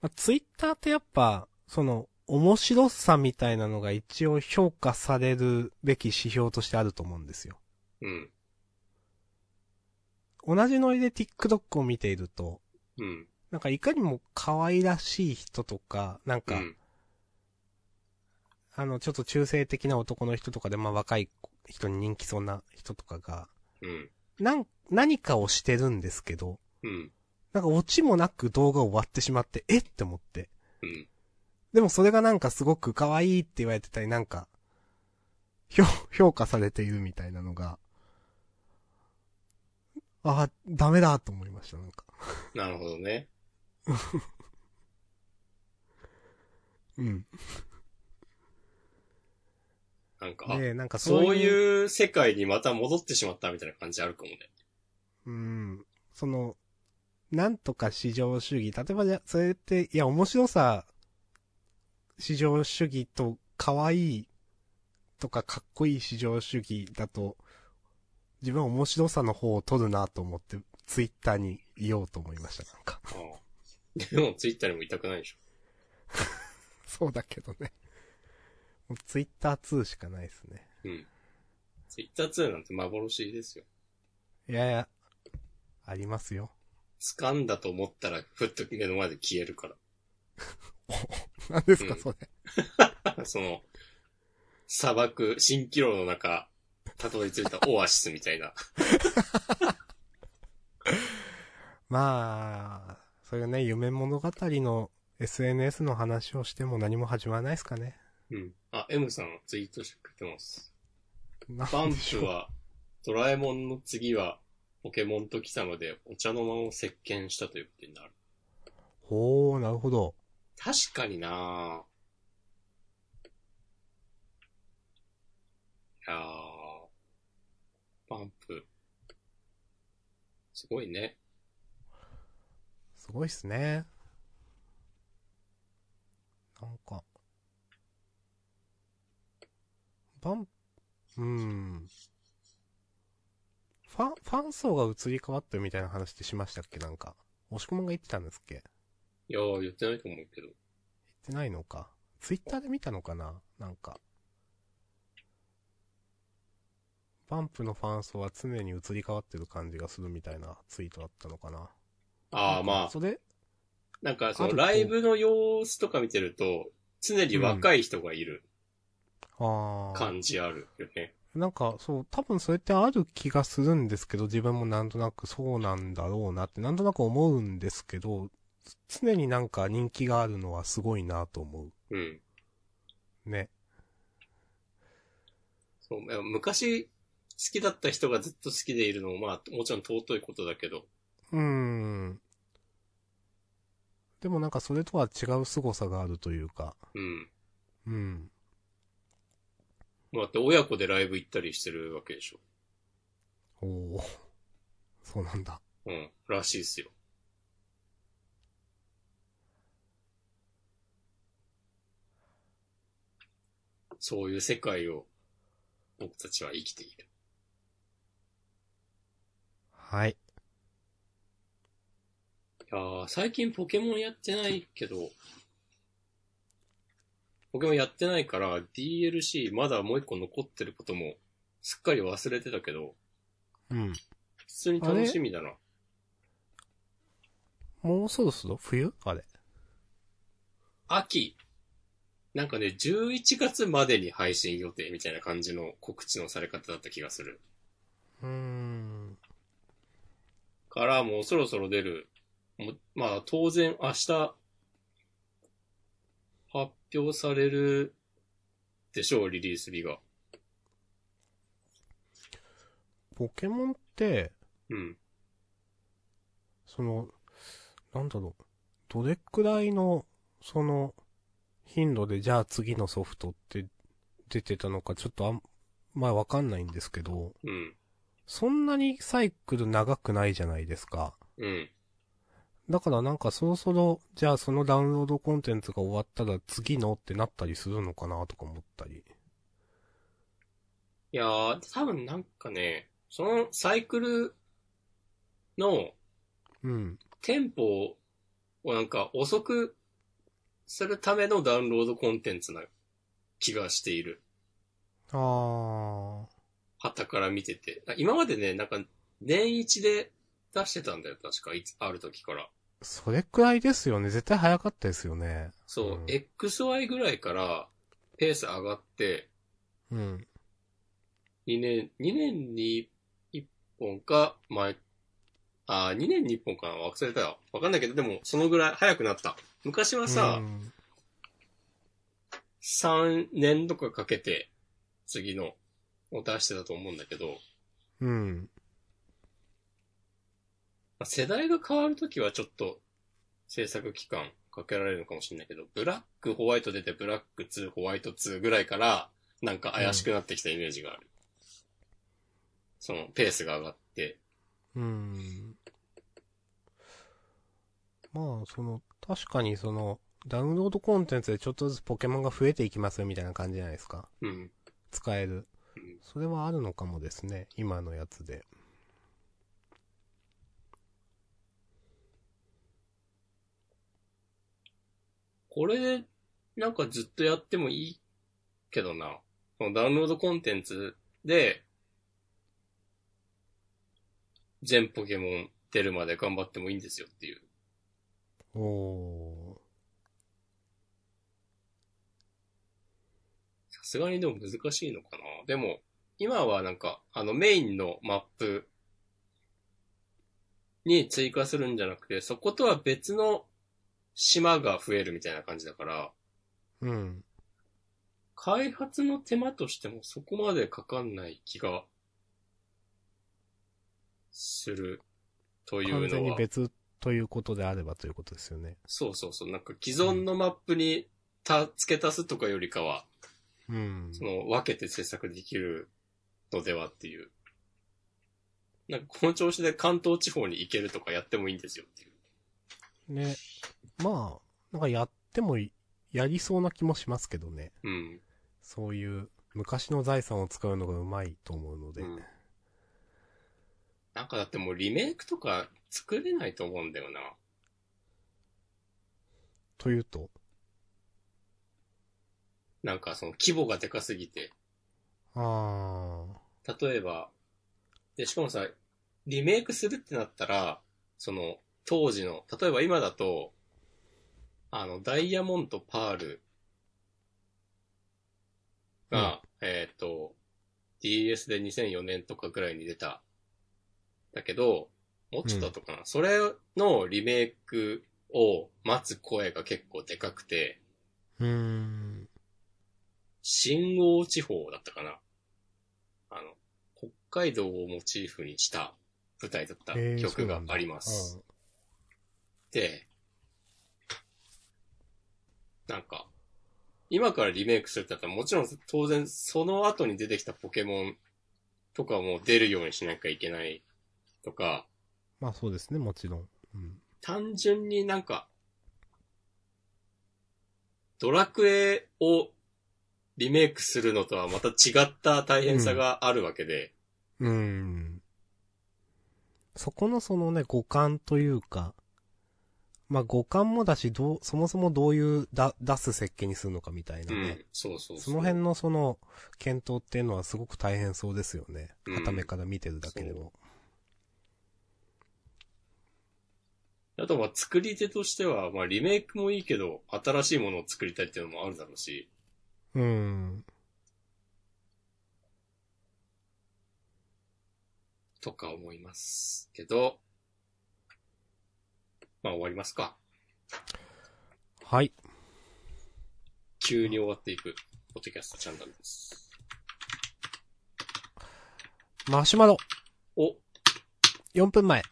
S2: まあ、ツイッターってやっぱ、その、面白さみたいなのが一応評価されるべき指標としてあると思うんですよ。
S1: うん。
S2: 同じノリで TikTok を見ていると、
S1: うん。
S2: なんかいかにも可愛らしい人とか、なん
S1: う
S2: か、
S1: ん。
S2: あの、ちょっと中性的な男の人とかで、まあ若い人に人気そうな人とかが、
S1: うん。
S2: なん、何かをしてるんですけど、
S1: うん。
S2: なんかオチもなく動画終わってしまって、えって思って。
S1: うん。
S2: でもそれがなんかすごく可愛いって言われてたり、なんか、評、評価されているみたいなのが、ああ、ダメだと思いました、なんか。
S1: なるほどね。
S2: うん。
S1: なんか、あ
S2: で、なんかそういう。
S1: そういう世界にまた戻ってしまったみたいな感じあるかもね。
S2: うん。その、なんとか市場主義。例えばじゃ、それって、いや、面白さ、市場主義と、可愛いとか、かっこいい市場主義だと、自分は面白さの方を取るなと思って、ツイッターにいようと思いました、なんか。
S1: うんでも、ツイッターにもいたくないでしょ。
S2: そうだけどね。もうツイッター2しかないですね。
S1: うん。ツイッター2なんて幻ですよ。
S2: いやいや、ありますよ。
S1: 掴んだと思ったら、ふっと目の前で消えるか
S2: 何ですか、
S1: うん
S2: それ。
S1: ら。 その、砂漠、蜃気楼の中、たどり着いたオアシスみたいな。
S2: まあ、そういうね、夢物語の SNS の話をしても何も始まらないですかね。
S1: うん。あ、M さんツイートしてくれてます。
S2: なん
S1: バン
S2: でしょ
S1: プ
S2: う
S1: は、ドラえもんの次は、ポケモンと来たので、お茶の間を席巻したということになる。
S2: ほう、なるほど。
S1: 確かになぁ。いやーバンプ。すごいね。
S2: すごいっすね。なんか。バン、うん。ファン、ファン層が移り変わってるみたいな話ってしましたっけなんか。押し込まんが言ってたんですっけ言っ
S1: いやー言ってないと思うけど。
S2: てないのか。ツイッターで見たのかななんか。バンプのファン層は常に移り変わってる感じがするみたいなツイートだったのかな。
S1: あ
S2: な
S1: あ、
S2: んか
S1: まあ、
S2: それ、
S1: なんかそ
S2: あ
S1: の
S2: と
S1: ライブの様子とか見てると、常に若い人がいる
S2: ああ。
S1: 感じあるよね。
S2: なんか、そう、多分それってある気がするんですけど、自分もなんとなくそうなんだろうなって、なんとなく思うんですけど、つ常になんか人気があるのはすごいなと思
S1: うん。
S2: う。ね。
S1: そう、いや昔好きだった人がずっと好きでいるのも、まあ、もちろん尊いことだけど、
S2: うーん。でもなんかそれとは違う凄さがあるというか、
S1: うん。
S2: うん。
S1: もうだって親子でライブ行ったりしてるわけでしょ。
S2: おお。そうなんだ。
S1: うん。らしいですよ。そういう世界を僕たちは生きている。
S2: はい。
S1: いやー最近ポケモンやってないけど、ポケモンやってないから DLC まだもう一個残ってることもすっかり忘れてたけど、
S2: うん。
S1: 普通に楽しみだな。
S2: もうそろそろ冬あれ。
S1: 秋。なんかね、11月までに配信予定みたいな感じの告知のされ方だった気がする。
S2: うーん。
S1: からもうそろそろ出る。もうまあ当然明日発表されるでしょう、リリース日が。
S2: ポケモンって、
S1: うん。
S2: その、なんだろう、どれくらいの、その、頻度で、じゃあ次のソフトって出てたのか、ちょっとあん、まあわかんないんですけど、
S1: うん。
S2: そんなにサイクル長くないじゃないですか。
S1: うん。
S2: だからなんかそろそろ、じゃあそのダウンロードコンテンツが終わったら次のってなったりするのかなとか思ったり。
S1: いやー、多分なんかね、そのサイクルの
S2: うん。
S1: テンポをなんか遅くするためのダウンロードコンテンツな気がしている。
S2: あー。
S1: 旗から見てて。今までね、なんか年一で出してたんだよ、確か。いつ、ある時から。
S2: それくらいですよね。絶対早かったですよね。
S1: そう、
S2: うん
S1: XY ぐらいからペース上がって、
S2: うん。
S1: 2年、2年に1本か、前、あー、2年に1本かな忘れたよ。わかんないけど、でも、そのぐらい早くなった。昔はさ、
S2: うん
S1: 3年とかかけて、次のを出してたと思うんだけど、
S2: うん。
S1: まあ世代が変わるときはちょっと制作期間かけられるのかもしれないけど、ブラックホワイト出てブラック2ホワイト2ぐらいからなんか怪しくなってきたイメージがある。そのペースが上がって。
S2: うん。まあ、その、確かにその、ダウンロードコンテンツでちょっとずつポケモンが増えていきますよみたいな感じじゃないですか。
S1: うん。
S2: 使える
S1: うん。
S2: それはあるのかもですね。今のやつで。
S1: これでなんかずっとやってもいいけどな。そのダウンロードコンテンツで全ポケモン出るまで頑張ってもいいんですよっていう。
S2: おお
S1: さすがにでも難しいのかな。でも、今はなんか、あのメインのマップに追加するんじゃなくて、そことは別の島が増えるみたいな感じだから、
S2: ー。うん。
S1: 開発の手間としてもそこまでかかんない気がするというのは。
S2: 完全に別ということであればということですよね。
S1: そうそうそう。なんか既存のマップにた付け足すとかよりかは、
S2: うん。
S1: その分けて制作できるのではっていう。なんかこの調子で関東地方に行けるとかやってもいいんですよっていう。
S2: ね。まあ、なんかやってもい、やりそうな気もしますけどね。
S1: うん。
S2: そういう、昔の財産を使うのがうまいと思うので。
S1: うんなんかだってもうリメイクとか作れないと思うんだよな。
S2: というと、
S1: なんかその規模がでかすぎて。
S2: あ
S1: 例えば、で、しかもさ、リメイクするってなったら、その当時の、例えば今だと、あの、ダイヤモンドパールが、えっ、と、DS で2004年とかぐらいに出た。だけど、もうちょっと後かな。それのリメイクを待つ声が結構でかくて、
S2: ー。うーん。
S1: 新王地方だったかな。あの、北海道をモチーフにした舞台だった
S2: えー
S1: 曲があります。。で、なんか、今からリメイクするってなったら、もちろん当然その後に出てきたポケモンとかも出るようにしなきゃいけないとか、
S2: そうなんだうんまあそうですね、もちろん。うん。
S1: 単純になんか、ドラクエをリメイクするのとはまた違った大変さがあるわけで、
S2: うーん。そこのそのね、五感というか、まあ五感もだし、どう、そもそもどういうだ出す設計にするのかみたいな
S1: うん、
S2: ね。
S1: そうそうう
S2: その辺のその、検討っていうのはすごく大変そうですよね。
S1: うん
S2: はためから見てるだけでも。
S1: あとまあ作り手としては、まあリメイクもいいけど、新しいものを作りたいっていうのもあるだろうし、
S2: うーん。
S1: とか思いますけど、まあ終わりますか。
S2: はい。
S1: 急に終わっていく。ポッドキャストチャンネルです。
S2: マシュマロ。
S1: お、
S2: 4分前。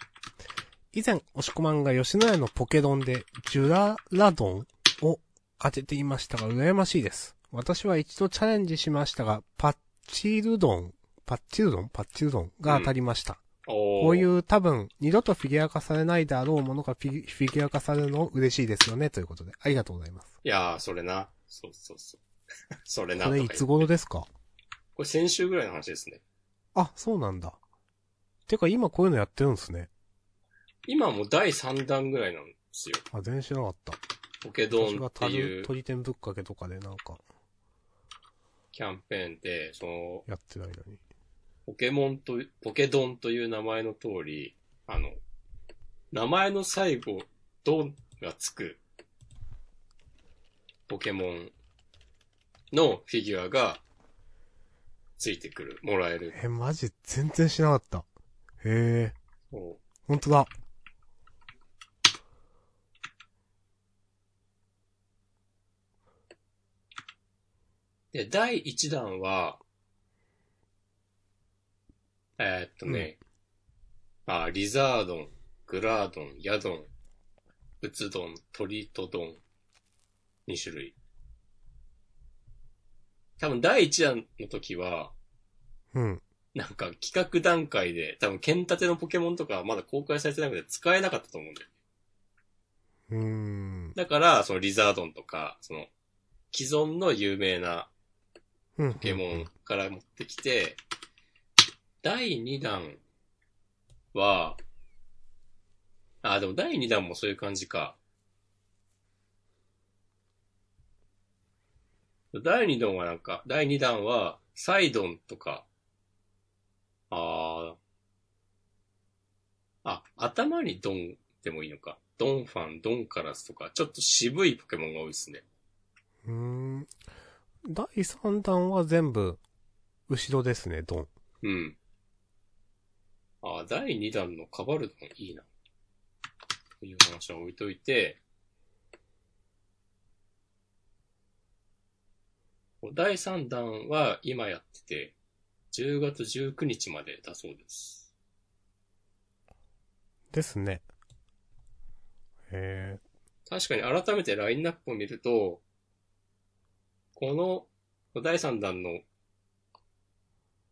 S2: 以前、押し込まんが吉野家のポケ丼で、ジュララ丼を当てていましたが、羨ましいです。私は一度チャレンジしましたが、パッチル丼、パッチル丼パッチル丼が当たりました。
S1: おー
S2: こういう多分、二度とフィギュア化されないだろうものがフィギフィギュア化されるの嬉しいですよね、ということで。ありがとうございます。
S1: いやー、それな。そうそうそう。 それなと
S2: こ
S1: か
S2: れ
S1: 言。
S2: いうつ頃ですか
S1: これ先週ぐらいの話ですね。
S2: あ、そうなんだ。てか今こういうのやってるんですね。
S1: 今もう第3弾ぐらいなんですよ。
S2: あ、全然知らなかった。
S1: ポケド
S2: 私
S1: ン
S2: が
S1: ってい
S2: 鳥
S1: う
S2: 鳥天ぶっかけとかでなんか
S1: キャンペーンで、その、
S2: やってないのに。
S1: ポケモンと、ポケドンという名前の通り、あの、名前の最後、ドンがつく、ポケモンのフィギュアが、ついてくる、もらえる。
S2: え、マジ全然しなかった。へえ、
S1: こう
S2: ほんとだ。
S1: で、第1弾は、えーっとね、あ、リザードン、グラードン、ヤドン、ウツドン、トリートドン、2種類。多分第1弾の時は、
S2: うん。
S1: なんか企画段階で、多分剣立てのポケモンとかはまだ公開されてなくて使えなかったと思うんだよ。
S2: うーん。
S1: だから、そのリザードンとか、その、既存の有名な
S2: うん。
S1: ポケモンから持ってきて、第2弾は、あ、でも第2弾もそういう感じか。第2弾はなんか、第2弾は、サイドンとか、ああ、あ、頭にドンでもいいのか。ドンファン、ドンカラスとか、ちょっと渋いポケモンが多いですね。
S2: うーん。第3弾は全部、後ろですね、ドン。
S1: うん。あ、第2弾のカバルドンいいな。という話は置いといて、第3弾は今やってて、10月19日までだそうです。
S2: ですね。へえ。
S1: 確かに改めてラインナップを見ると、この第3弾の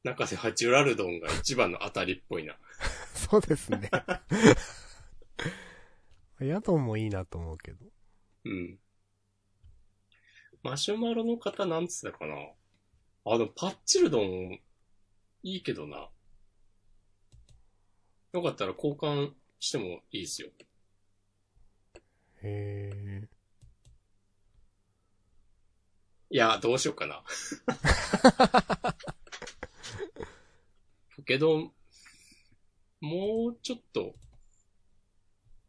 S1: 中ではジュラルドンが一番の当たりっぽいな。
S2: そうです ね。ヤドンもいいなと思うけど。
S1: うん。マシュマロの方なんつったかなあ、でもパッチルドン、いいけどな。よかったら交換してもいいですよ。
S2: へえ。
S1: いや、どうしようかな。ポケドン、もうちょっと、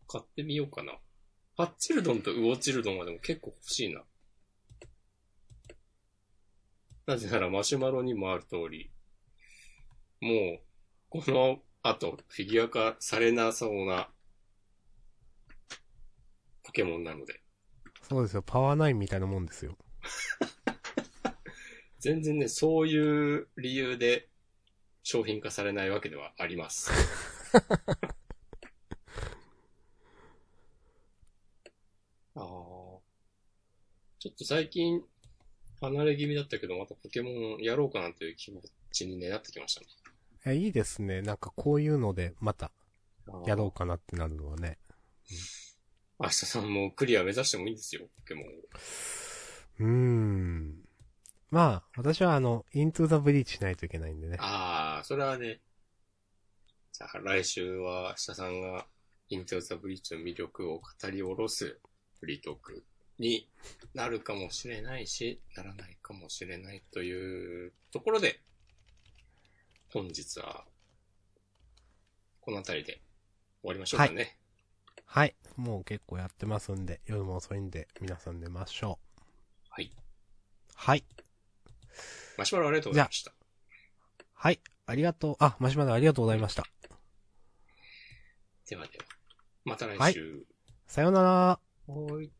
S1: 買ってみようかな。パッチルドンとウオチルドンはでも結構欲しいな。なぜならマシュマロにもある通り、もう、この後、フィギュア化されなそうな、ポケモンなので。
S2: そうですよ、パワーナインみたいなもんですよ。
S1: 全然ね、そういう理由で商品化されないわけではあり ます。ああ。ちょっと最近、離れ気味だったけど、またポケモンやろうかなという気持ちに、ね、なってきましたね。
S2: え、いいですね。なんかこういうので、また、やろうかなってなるのはね。
S1: う。明日さんもクリア目指してもいいんですよ、ポケモンを。
S2: うーん。まあ、私はあの、イントゥザブリーチしないといけないんでね。
S1: ああ、それはね。じゃあ来週は、明日さんが、インテルザブリッジの魅力を語り下ろすフリートークになるかもしれないし、ならないかもしれないというところで、本日は、この辺りで終わりましょうかね。
S2: はい。もう結構やってますんで、夜も遅いんで、皆さん寝ましょう。
S1: はい。
S2: はい。
S1: マシュマロありがとうございました。
S2: はい。ありがとう。あ、マシュマロありがとうございました。
S1: ではでは、また
S2: は
S1: 来
S2: い
S1: 週。
S2: さようなら。
S1: はい